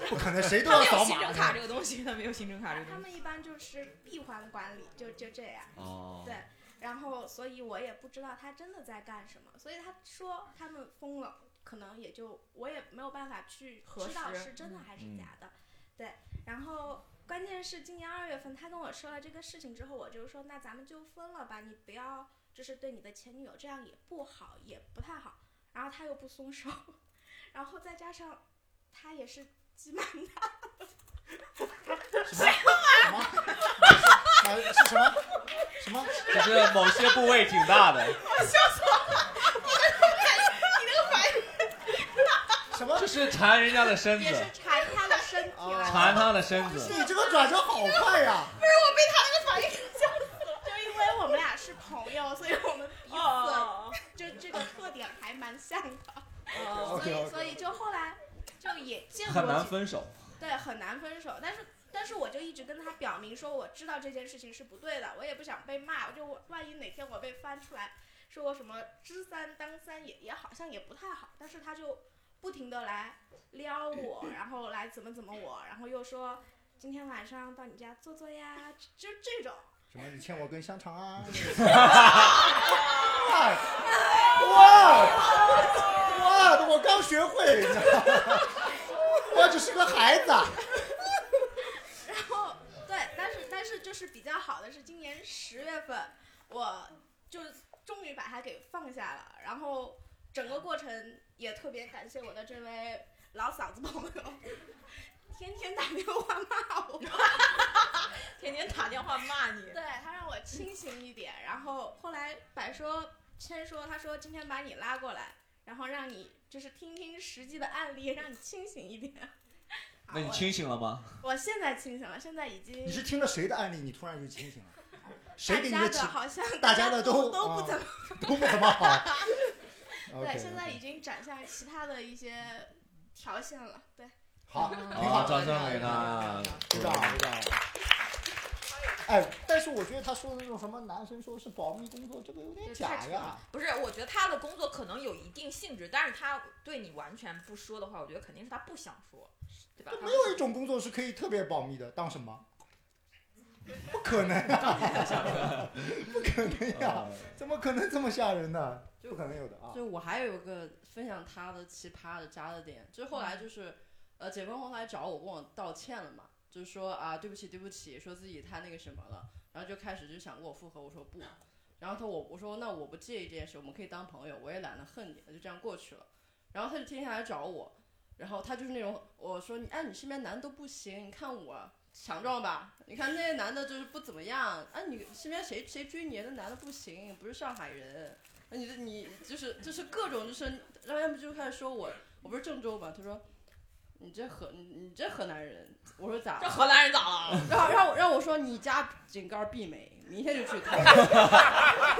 F: 不可能，谁都要
D: 他没有
F: 扫码。
D: 行程卡这个东西，他没有行程卡这个
G: 他
D: 东
G: 们
D: 西。
G: 一般就是闭环管理，就就这样。
A: 哦
G: 对，然后所以我也不知道他真的在干什么，所以他说他们疯了，可能也就我也没有办法去
D: 核
G: 知道
D: 实
G: 是真的
D: 嗯
G: 还是假的。对，然后关键是今年二月份他跟我说了这个事情之后，我就说那咱们就分了吧，你不要就是对你的前女友这样也不好，也不太好。然后他又不松手， [LAUGHS] 然后再加上他也是鸡蛮大的。
F: 啊是什么？什么？
A: 就是某些部位挺大的。
D: 我笑死了，你那个反应，
F: [LAUGHS] 什么？
A: 就是缠人家的身子
G: 也，是缠他的身体了。
A: 缠他的身
G: 不
A: 子
G: 是。
F: 你这个转折好快啊呀！
G: 不是我被他那个反应给笑死了，就因为我们俩是朋友，所以我们彼
N: 哦
G: 此就这个特点还蛮像的，
A: 哦
G: 所以
A: OK，OK
G: 所以就后来就也见过
A: 很难
G: 几
A: 分手。
G: 对，很难分手。但是，但是我就一直跟他表明说，我知道这件事情是不对的，我也不想被骂。我就我万一哪天我被翻出来，说我什么知三当三也，也好像也不太好。但是他就不停的来撩我，然后来怎么怎么我，然后又说今天晚上到你家坐坐呀，就就这种。
F: 什么？你欠我根香肠啊？哇哇哎哇！我刚学会，你知道吗？ [LAUGHS] 我只是个孩子。啊
G: [LAUGHS] 然后对，但是但是就是比较好的是今年十月份，我就终于把它给放下了，然后整个过程也特别感谢我的这位老嫂子朋友， [LAUGHS] 天天打电话骂我， [LAUGHS]
D: 天天打电话骂你。
G: 对他让我清醒一点，然后后来百说先说他说今天把你拉过来，然后让你就是听听实际的案例，让你清醒一点。
A: 那你清醒了吗？
G: 我现在清醒了，现在已经
F: 你是听了谁的案例，你突然就清醒了？谁给你
G: 大家
F: 启
G: 的好像
F: 大家的
G: 都
F: 都
G: 不
F: 啊
G: 怎么，
F: 都不怎么好。啊
G: 对，
F: OK，
G: 现在已经展现其他的一些条件了，对。嗯
F: 好，挺
A: 好，
F: 好，
A: 掌声给他。
F: 鼓掌鼓掌。哎，但是我觉得他说的那种什么男生说是保密工作，这个有点
D: 这太
F: 假啊
D: 扯
F: 呀
D: 了。不是，我觉得他的工作可能有一定性质，但是他对你完全不说的话，我觉得肯定是他不想说，对吧？
F: 没有一种工作是可以特别保密的，当什么？不可能啊！不可能
D: 啊
F: 呀、
A: 哦
F: 怎么可能这么吓人呢？不可能有的啊！
E: 就我还有一个分享他的奇葩的渣的点，就是后来就是，呃，解放后来找我跟我道歉了嘛，就是说啊对不起对不起，说自己太那个什么了，然后就开始就想跟我复合，我说不，然后他我我说那我不介意这件事，我们可以当朋友，我也懒得恨你了，就这样过去了。然后他就天天来找我，然后他就是那种我说你哎你身边男的都不行，你看我强壮吧，你看那些男的就是不怎么样，啊你身边谁谁追你那男的不行，不是上海人，那你这你就是就是各种就是，然后要么就开始说我我不是郑州嘛，他说。你这河，你你这河南人，我说咋？
D: 这河南人咋了
E: [LAUGHS] 然后让我让我说你家井盖儿闭没，明天就去看。 [LAUGHS]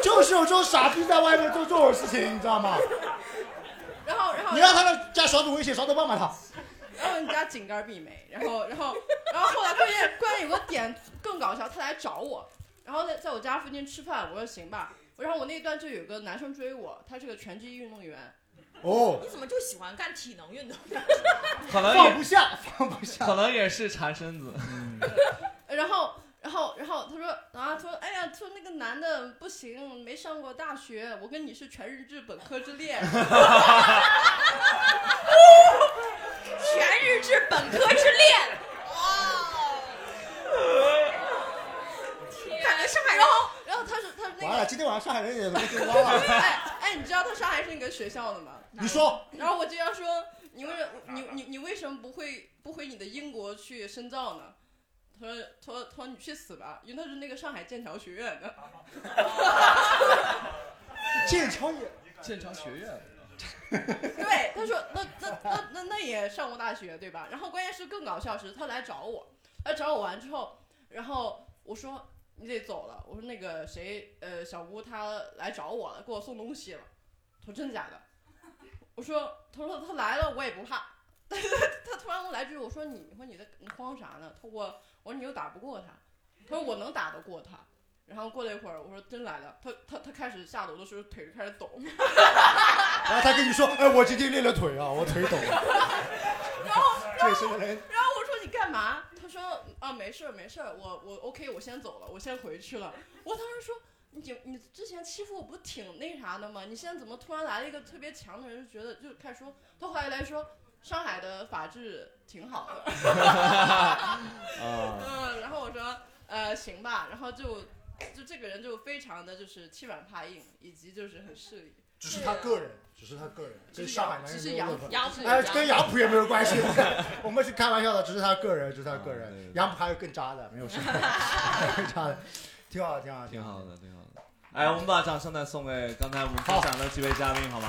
F: 就是有这种傻逼在外面做这种事情，你知道吗？
E: 然后然后
F: 你让他们加小组微信，小组帮帮他。
E: 然后你家井盖儿闭没，然后然后然后后来关键关键有个点更搞笑，他来找我，然后在在我家附近吃饭，我说行吧，然后我那段就有个男生追我，他是个拳击运动员，
F: 哦
D: 你怎么就喜欢干体能运动？ [LAUGHS]
A: 可能
E: 放
A: 也
E: 不
F: 下，放不下，嗯
A: 可能也是馋身子。
E: 然后然后然后他说啊他说哎呀他说那个男的不行，没上过大学，我跟你是全日制本科之恋。
D: 全日制本科之恋，啊
E: 看来上海人，然后然后他是他是那个
F: 完了，今天晚上上海人也来给我了。
E: 哎哎，你知道他上海是哪个学校的吗？
D: [LAUGHS]
F: 你说，
E: 然后我就要说，你为什你你你为什么不会不回你的英国去深造呢？他说他说他说你去死吧，因为他是那个上海剑桥学院的。
F: 剑桥也，
A: 剑桥学院。
E: 对，他说那那那那那也上过大学对吧？然后关键是更搞笑是，他来找我，来找我完之后，然后我说你得走了，我说那个谁呃小吴他来找我了，给我送东西了。他说真的假的？我说他说他来了我也不怕， [LAUGHS] 他突然给我来句我说你我说你在你慌啥呢？他说我我说你又打不过他，他说我能打得过他。然后过了一会儿，我说真来了，他他他开始下楼的时候腿就开始抖， [LAUGHS]
F: 然后他跟你说，哎，我今天练了腿啊，我腿抖了。
E: 然后
F: 这是个人，
E: 然后我说你干嘛？他说啊，没事儿没事儿，我我 OK，我先走了，我先回去了。我当时说你你之前欺负我不挺那啥的吗？你现在怎么突然来了一个特别强的人，就觉得就开始说，他后来来说上海的法治挺好的。 [LAUGHS] 嗯，然后我说呃行吧，然后就就这个人就非常的就是欺软怕硬，以及就是很势利。
F: 只是他个人，只是他个人，这是上海男人
E: 只是
F: 的
E: 杨
F: 问题
E: 杨浦
F: 哎，
E: 杨
F: 跟
E: 浦
F: 杨浦也没有关系， [LAUGHS] 我们是开玩笑的，只是他个人，只是他个
A: 啊
F: 人。杨浦还有更渣的，没有事，更渣的，挺好，挺好，
A: 挺好的，挺好的。哎，我们把掌声再送给刚才我们分享的几位嘉宾，好吗？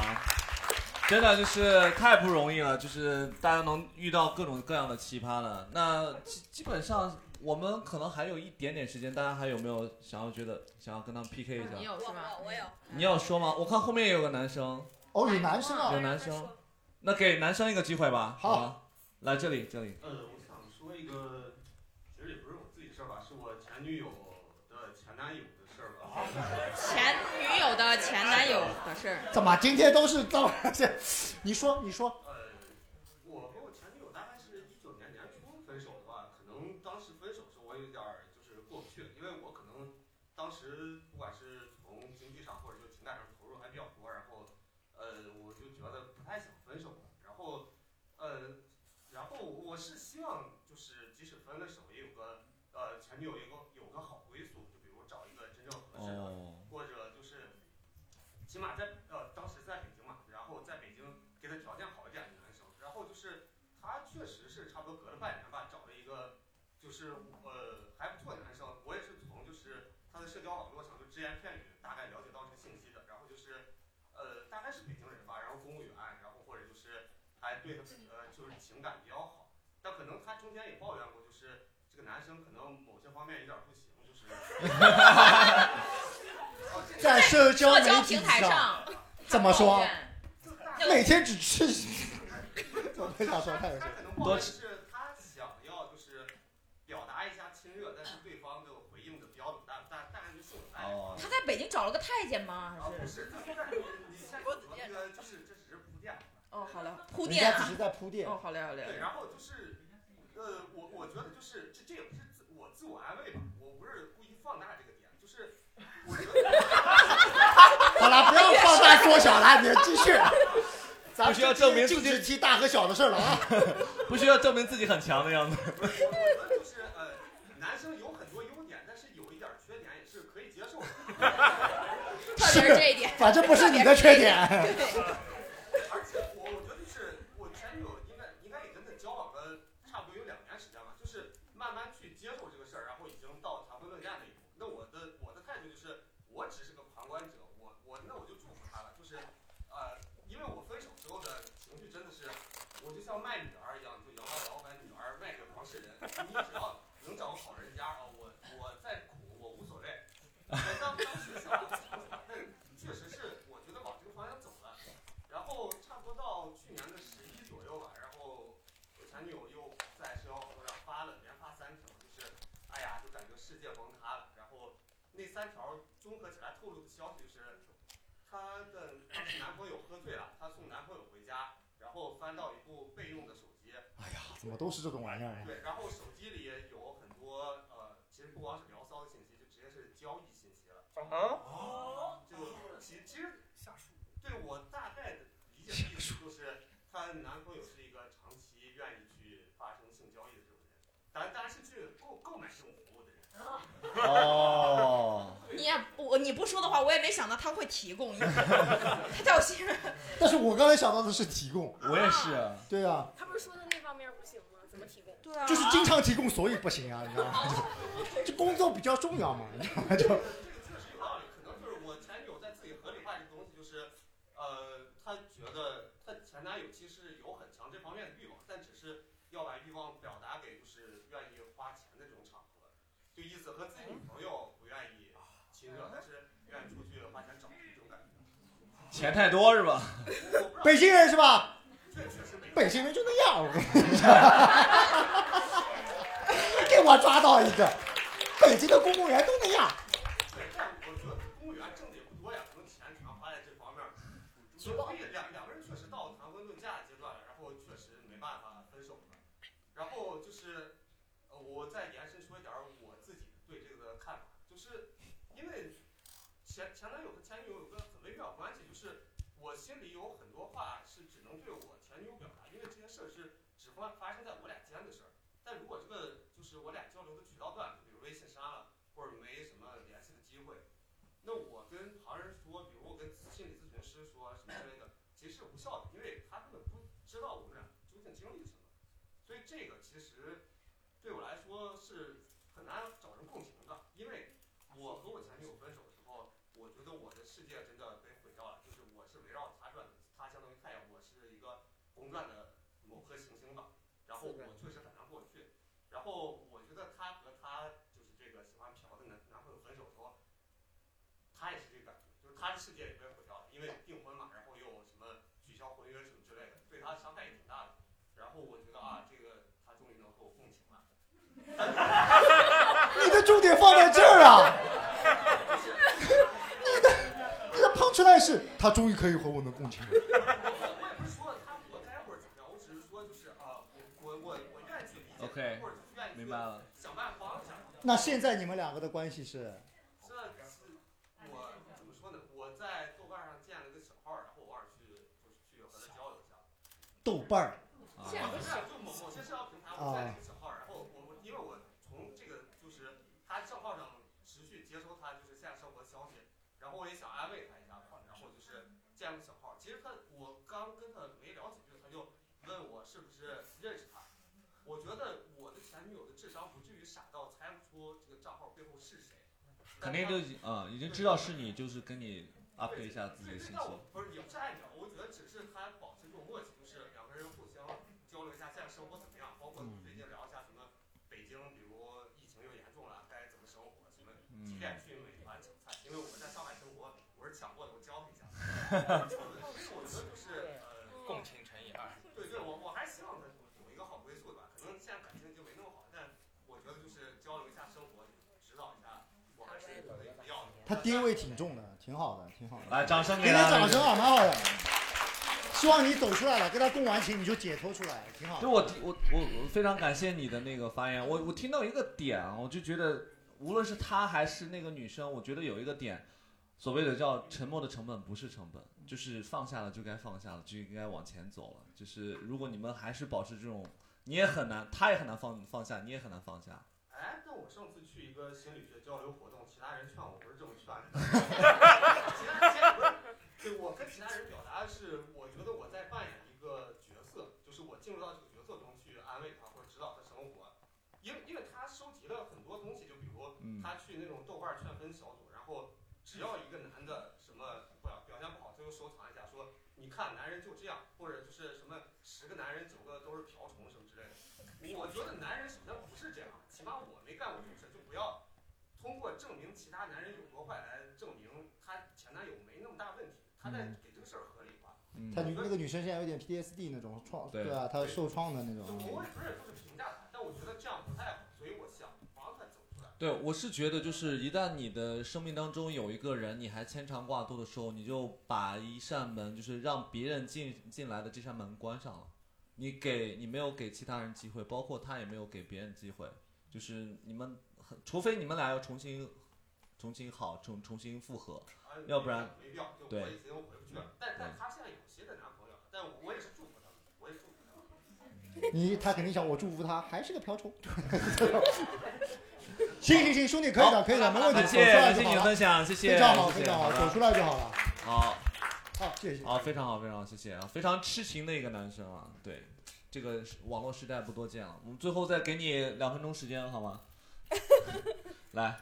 A: 真的就是太不容易了，就是大家能遇到各种各样的奇葩了。那基基本上我们可能还有一点点时间，大家还有没有想要觉得想要跟他们 PK 一
D: 你
A: 下？
D: 有是吧？我有。
A: 你要说吗？我看后面也有个男生，
F: 哦，有男生啊，
A: 有男生，那给男生一个机会吧。
F: 好
A: 好吧，来这里，这里。
B: 呃，我想说一个，其实也不是我自己事儿吧，是我前女友的前男友的事儿吧。
D: 前女友的前男友的事儿，
F: 怎么今天都是这么？这你说，你说，
B: 我跟我前女友大概是一九年年初分手的吧，可能当时分手的时候我有点儿就是过不去，因为我可能当时不管是从经济上或者说情感上投入还比较多，然后呃我就觉得不太想分手了，然后呃然后我是希望就是即使分了手也有个呃前女友有个有个好归宿，就比如找一个真正合适的，
A: 哦
B: 或者就是起码在呃当时在北京嘛，然后在北京给他条件好一点的男生，然后就是他确实是差不多隔了半年吧，找了一个就是呃还不错的男生，我也是从就是他的社交网络上就只言片语大概了解到这个信息的，然后就是呃大概是北京人吧，然后公务员，然后或者就是还对他呃就是情感比较好，但可能他中间也抱怨过，就是这个男生可能某些方面有点不行，就是
F: 在社交媒体上
D: 平 [LAUGHS] 台上
F: 怎么
D: 抱
F: 说
D: 怨
F: 每天只吃，我不想说太有事。
B: 多是他想要就是表达一下侵略，但是对方的回应的比较冷淡，但但是就是冷淡。
D: 他在北京找了个太监吗？
B: 啊
D: 还
B: 嗯不
D: 是
B: 是，就是你先说那个就是这只是铺垫。
E: 哦，好嘞，
D: 铺垫啊人家只
F: 是在铺垫
E: 哦，好嘞，好嘞。
B: 对，然后就是，呃，我我觉得就是这这也不是自我自我安慰吧，我不是
F: 缩小了，你继续。咱
A: 不需要证明自
F: 禁止提大和小的事儿了啊。
A: [LAUGHS] 不需要证明自己很强的样子。
B: [LAUGHS] 我们就是呃，男生有很多优点，但是有一点缺点也是可以接受的。
D: 特别是这一点，
F: 反正不是你的缺点
D: 特别是这一
F: [LAUGHS]
D: 点
B: 而且我我觉得就是我前女友应该应该也跟他交往了差不多有两年时间吧，就是慢慢去接受这个事儿，然后已经到谈婚论嫁那一步。那我的我的态度就是，我只是个旁观者，我我那我就祝福他了，就是呃，因为我分手之后的情绪真的是，我就像卖女儿一样，就摇摇摇把女儿卖给黄世仁，你只要能找个好人家啊，我我再苦我无所谓。我当当时想，但确实是我觉得往这个方向走了。然后差不多到去年的十一左右吧，然后我前女友又在社交网络上发了连发三条，就是哎呀，就感觉世界崩塌了。然后那三条综合起来透露的消息就是，她的当时男朋友喝醉了，她送男朋友回家，然后翻到一部备用的手机。哎呀
F: 怎么都是这种玩意儿呀？
B: 对，然后手机里有很多呃，其实不光是聊骚的信息，就直接是交易信息了。哦，就其其实下属对我大概的理解的意思就是，她男朋友是一个长期愿意去发生性交易的这种人，当当然是去购购买这种服务的人。
A: 哦，
D: 你也我你不说的话，我也没想到他会提供，他叫心
F: 但是我刚才想到的是提供，
A: 我也是。
F: 对啊，
N: 他不是说的那方面不行吗？怎么提供？对
D: 啊
F: 就是经常提供，所以不行啊，你知道吗？ [LAUGHS] 这工作比较重要嘛， [LAUGHS] 你知道吗？就
B: 有道理，可能就是我前女友在自己合理化这个东西，就是，呃，她觉得她前男友其实有很强这方面的欲望，但只是要把欲望表达给就是愿意花钱的这种场合，就意思和自己女朋友不愿意亲热，但是愿意出去花钱找这种感觉。
A: 钱太多是吧？
F: 北京人是吧？
B: 确确实没有。
F: 北京人就那样， [LAUGHS] 我跟你讲，给我抓到一个，北京的公务员都那样。
B: 对，但我觉得公务员挣的也不多呀，可能钱全花在这方面儿。所以两两个人确实到谈婚论嫁的阶段了，然后确实没办法分手了。然后就是，呃，我再延伸说一点儿我自己对这个看法，就是因为前前男友和前女友有个很微妙的关系，就是我心里有很多话是只能对我前女友表达，因为这些事儿是只发发生在我俩之间的事儿。但如果这个就是我俩交流的渠道断了，比如微信删了，或者没什么联系的机会，那我跟旁人说，比如我跟心理咨询师说啊什么之类的，其实是无效的，因为他根本不知道我们俩究竟经历了什么。所以这个其实对我来说是很难找人共情的，因为我和我前女友分手的时候，我觉得我的世界真的被毁掉了，就是我是围绕着她转的，她相当于太阳，我是一个公转的某颗行星吧。然后我确实很难过去，然后我觉得她和她就是这个喜欢嫖的男男朋友分手的时候，她也是这个感觉，就是她的世界也被毁掉了，因为订婚嘛，然后又什么取消婚约什么之类的，对她伤害也挺大的。然后我觉得啊，这个她终于能和我共情了。
F: 你的重点放在这儿啊！ [LAUGHS] 你的 punchline 是，他终于可以和我们共情了。
B: 我也不是说他活该或者怎么样，我只是说就是啊，我我我我愿意去理解
A: OK，
B: 或者是愿意去
A: 明白了。
B: 想办法帮一下。
F: 那现在你们两个的关系是？
B: 这次我怎么说呢？我在豆瓣上建了个小号，然后偶尔去就是去和他交流一下。
F: 豆瓣儿。
B: 现在不是啊就某某些社交平台，我建了一个小号，然后我我因为我从这个就是他账号上持续接收他就是现在生活消息，然后我也想安慰他一下嘛，然后就是建了个小号。其实他我刚跟他没聊几句，他就问我是不是认识他。我觉得我的前女友的智商不至于傻到猜不出这个账号背后是谁。
A: 肯定就已啊、已经知道是你，就是跟你 update 一下自己的
B: 对，
A: 信
B: 这
A: 息
B: 倒。我不是也不是爱聊，我觉得只是他保持这种默契，就是两个人互相交流一下现在生活怎么样，包括最近聊一下什么北京，比如疫情又严重了，该怎么生活，什么几点去美团抢菜，因为我在上海生活，我是抢过的，我教他一下。所以我觉得就是呃，
P: 共情乘以二。
B: 对对，我我还希望他有一个好归宿吧，可能现在感情已经没那么好，但我觉得就是交流一下生活，指导一下，我还是有必要的。
F: 他爹味挺重的，挺好的，挺好的。
A: 来掌声给
F: 给
A: 他
F: 掌声啊，蛮好的。希望你走出来了，跟他共完情，你就解脱出来，挺好的。
A: 就我提我我我非常感谢你的那个发言，我我听到一个点啊，我就觉得无论是他还是那个女生，我觉得有一个点，所谓的叫沉默的成本不是成本，就是放下了就该放下了，就应该往前走了。就是如果你们还是保持这种，你也很难，他也很难放放下，你也很难放下。
B: 哎，那我上次去一个心理学交流活动，其他人劝我不是这么劝的，其他其他不是，对我跟其他人表达的是，我觉得我在扮演一个角色，就是我进入到这个角色中去安慰他或者指导他生活，因为因为他收集了很多东西，就比如
A: 嗯
B: 他去那种豆瓣劝分小组，然后只要一个男的什么表表现不好，他就收藏一下，说你看男人就这样，或者就是什么十个男人九个都是瓢虫什么之类的。我觉得男人首先不是这样，起码我没干过这种事，就不要通过证明其他男人有多坏来证明她前男友没那么大问题，她
A: 嗯
B: 在给这个事儿合理化。
F: 她女那个女生现在有点 PTSD 那种创，
A: 对
F: 对啊，她受创的那
B: 就
F: 种。
B: 我也不是就是评价她，但我觉得这样不太好，所以我想帮她走出来。
A: 对，我是觉得就是一旦你的生命当中有一个人，你还牵肠挂肚的时候，你就把一扇门，就是让别人进进来的这扇门关上了。你给你没有给其他人机会，包括他也没有给别人机会，就是你们很，除非你们俩要重新重新好，重重新复合，要不然
B: 啊呃没必要，就我
A: 对嗯
B: 已经回不去了。但但她现在有新的男朋友，但我我也是祝福她，我也祝福她。
F: 你她肯定想我祝福她还是个瓢虫。 [LAUGHS] 行行行，兄弟可以的，可以的，没问题。
A: 感
F: 走
A: 谢
F: 出来
A: 感
F: 就
A: 谢
F: 好
A: 你的
F: 了
A: 分享，谢谢，
F: 非常好，
A: 谢谢
F: 非常好，
A: 的
F: 走出来就好了。
A: 好，
F: 好，谢谢。
A: 啊，非常好，非常好，谢谢啊，非常痴情的一个男生啊，对，这个是网络时代不多见了。我们最后再给你两分钟时间，
O: [LAUGHS]
A: 好吗？来，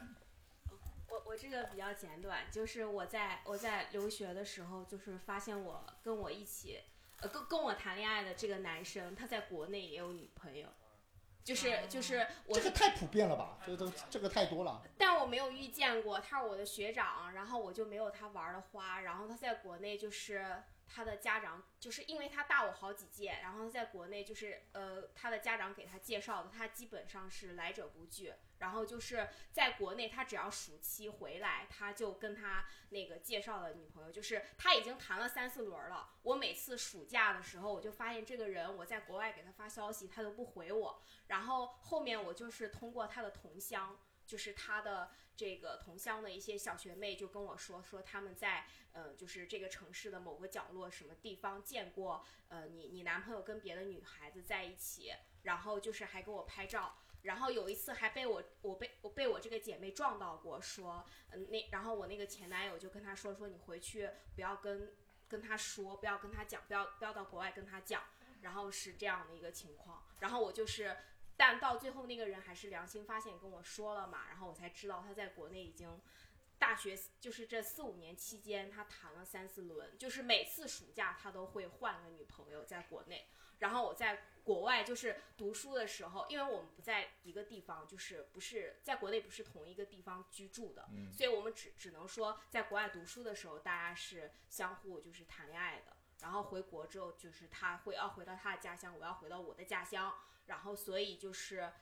O: 我我这个比较简短，就是我在我在留学的时候，就是发现我跟我一起，呃，跟跟我谈恋爱的这个男生，他在国内也有女朋友，就是就是我
F: 这个太普遍了吧？这都这个太多了。
O: 但我没有遇见过，他是我的学长，然后我就没有他玩的花。然后他在国内就是他的家长，就是因为他大我好几届，然后他在国内就是呃他的家长给他介绍的，他基本上是来者不拒。然后就是在国内，他只要暑期回来，他就跟他那个介绍的女朋友，就是他已经谈了三四轮了。我每次暑假的时候，我就发现这个人，我在国外给他发消息，他都不回我。然后后面我就是通过他的同乡，就是他的这个同乡的一些小学妹就跟我说，说他们在呃，就是这个城市的某个角落什么地方见过，呃，你你男朋友跟别的女孩子在一起，然后就是还给我拍照。然后有一次还被我我被我被我这个姐妹撞到过，说，嗯、那然后我那个前男友就跟她说说你回去不要跟跟她说，不要跟她讲，不要不要到国外跟她讲，然后是这样的一个情况。然后我就是但到最后那个人还是良心发现跟我说了嘛，然后我才知道他在国内已经大学就是这四五年期间，他谈了三四轮，就是每次暑假他都会换个女朋友在国内。然后我在国外就是读书的时候，因为我们不在一个地方，就是不是在国内不是同一个地方居住的，
Q: 嗯
O: 所以我们只只能说在国外读书的时候，大家是相互就是谈恋爱的。然后回国之后，就是他会要回到他的家乡，我要回到我的家乡，然后所以就是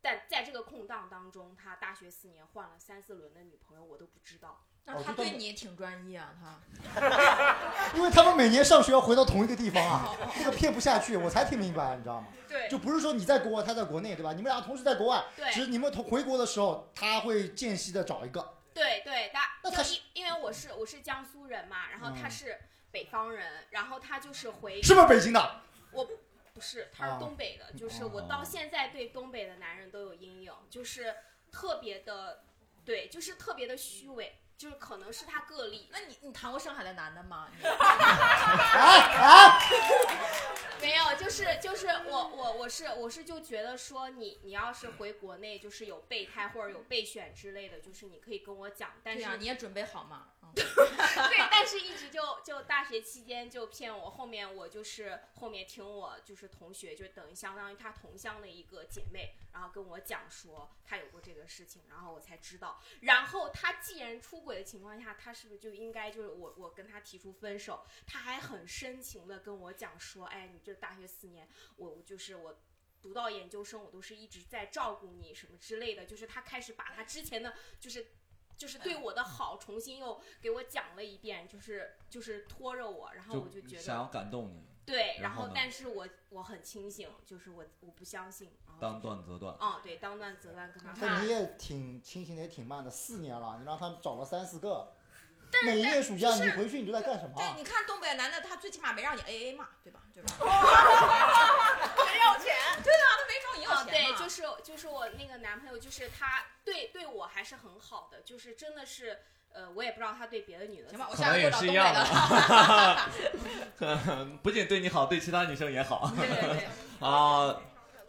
O: 但在这个空档当中，他大学四年换了三四轮的女朋友，我都不知
D: 哦
O: 道。
F: 哦
D: 那他对你也挺专一啊，他。
F: 因为他们每年上学要回到同一个地方
D: [LAUGHS]
F: 啊，这个骗不下去，我才听明白，你知道吗？
O: 对
F: 就不是说你在国外，他在国内，对吧？你们俩同时在国外，
O: 对
F: 只是你们同回国的时候，他会间隙的找一个。
D: 啊
O: 对对，他就因因为我是我是江苏人嘛，然后
D: 嗯
O: 他是北方人，然后他就是回
F: 是不是北京的？
O: 我不是，他是
F: 哦
O: 东北的，就是我
D: 哦
O: 到现在对东北的男人都有阴影，就是特别的，对，就是特别的虚伪，就是可能是他个例。
D: 那你你谈过上海的男的吗？
F: [LAUGHS]
D: [LAUGHS]
F: 啊
O: 没有，就是就是我我我是我是就觉得说你你要是回国内就是有备胎或者有备选之类的，就是你可以跟我讲，但
D: 对
O: 是、
D: 呀你也准备好嘛。
O: 对，但是一直就就大学期间就骗我，后面我就是后面听我就是同学，就等于相当于她同乡的一个姐妹，然后跟我讲说她有过这个事情，然后我才知道。然后她既然出轨的情况下，她是不是就应该就是我我跟她提出分手？她还很深情的跟我讲说，哎，你这大学四年，我我就是我读到研究生，我都是一直在照顾你什么之类的，就是他开始把他之前的就是就是对我的
A: 嗯
O: 好重新又给我讲了一遍，就是就是拖着我，然后我就觉
A: 想要
O: 得
A: 感动你，
O: 对，
A: 然
O: 然
A: 后
O: 后
A: 呢
O: 但是我我很清醒，就是我我不相信，然后
A: 当断则断。
O: 嗯对，当断则断跟他
F: 但
O: 看
F: 你也挺清醒的，也挺慢的，四年了，你让他找了三四个，
D: 但
F: 每一
D: 但
F: 个暑假
D: 就
F: 你
D: 是
F: 回去你都在干什么
D: 对，
F: 啊？
D: 你看东北的男的，他最起码没让你 A A 嘛，对吧？对吧？
F: 哦
N: 没要
F: [LAUGHS]
N: 钱
D: 对啊，他没找你要
O: 哦，
D: 钱
O: 对
D: 嘛。，
O: 就是就是我那个男朋友，就是他对对我还是很好的，就是真的是，呃，我也不知道他对别的女的怎么样。
A: 可能也是一
O: [LAUGHS]
A: 样的， [LAUGHS] 不仅对你好，对其他女生也好。 [LAUGHS] 啊，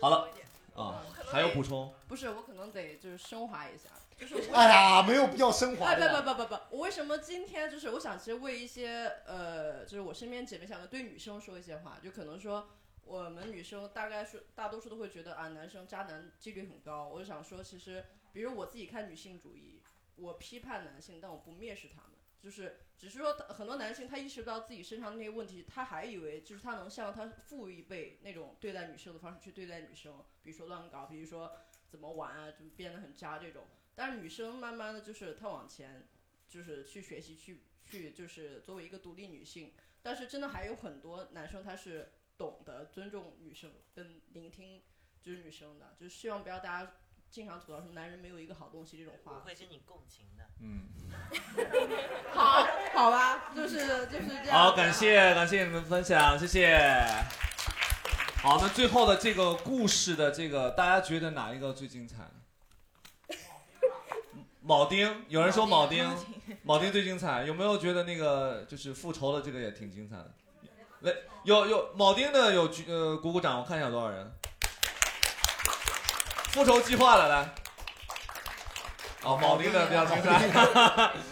A: 好了，啊，还有补充？
E: 不是，我可能得就是升华一下，就是我
F: 哎呀，没有必要升华
E: 哎，
F: 的。
E: 不不不不不，我为什么今天就是我想，其实为一些呃，就是我身边姐妹想对女生说一些话，就可能说我们女生大概是大多数都会觉得啊，男生渣男几率很高。我就想说，其实比如我自己看女性主义，我批判男性，但我不蔑视他们，就是只是说很多男性他意识不到自己身上那些问题，他还以为就是他能像他父一辈那种对待女生的方式去对待女生，比如说乱搞，比如说怎么玩啊，就变得很渣这种。但是女生慢慢的就是她往前，就是去学习，去去就是作为一个独立女性。但是真的还有很多男生他是懂得尊重女生跟聆听就是女生的，就是希望不要大家经常吐槽什么男人没有一个好东西这种话。
Q: 会跟你共情的。
A: 嗯，
E: 好，好吧，就是就是这样。
A: 好，感谢感谢你们分享，谢谢。好，那最后的这个故事的这个，大家觉得哪一个最精彩？铆钉，有人说铆钉，铆钉最精彩。有没有觉得那个就是复仇的这个也挺精彩的？来，有有铆钉的有举呃鼓鼓掌，我看一下有多少人。复仇计划的来。哦，铆钉的比较精彩。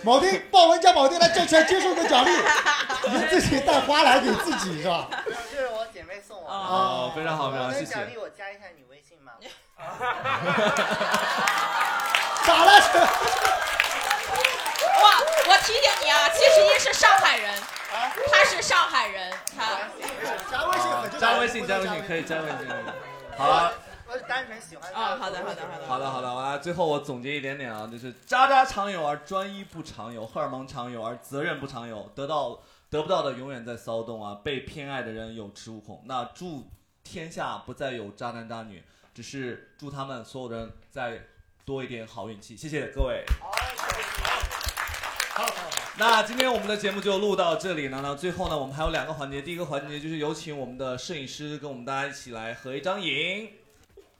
F: 铆钉抱完家铆钉来，这才接受个奖
D: [LAUGHS]
F: 励，你自己带花篮给自己是吧？
Q: 这是我姐妹送我的。
A: 哦非常好非常好
Q: 能
A: 谢谢
Q: 奖励我加一下你微 [LAUGHS] 信吗？
F: 咋了？
D: 哇，我提点你啊，七十一是上海人，
F: 啊
D: 他是上海人，他
Q: 加
F: 微信
A: 加微信，加微信，可以加微信。 [LAUGHS] 好了，
Q: 我是单纯喜欢。
D: 啊，好的好的好的。
A: 好的，好的，我来最后我总结一点点啊，就是渣渣常有而专一不常有，荷尔蒙常有而责任不常有，得到得不到的永远在骚动啊，被偏爱的人有恃无恐。那祝天下不再有渣男渣女，只是祝他们所有人再多一点好运气。谢谢各位。那今天我们的节目就录到这里呢。那最后呢，我们还有两个环节，第一个环节就是有请我们的摄影师跟我们大家一起来合一张影。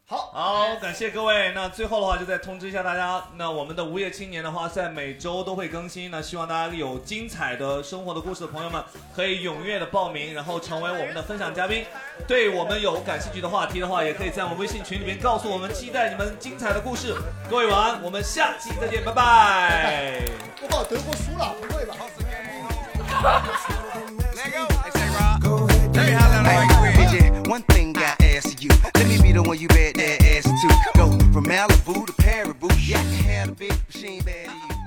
F: 好，
A: 好，感谢各位。那最后的话，就再通知一下大家，那我们的无业青年的话，在每周都会更新。那希望大家有精彩的生活的故事的朋友们，可以踊跃的报名，然后成为我们的分享嘉宾。对我们有感兴趣的话题的话，也可以在我们微信群里面告诉我们，期待你们精彩的故事。各位晚安，我们下期再见，拜拜。
F: 我靠，德国输了，不会吧？
R: Bridget, one thing I ask of you. Let me be the one you bet that ass to. Go from Malibu to Paribu. Yeah, I can have a big machine bad to you.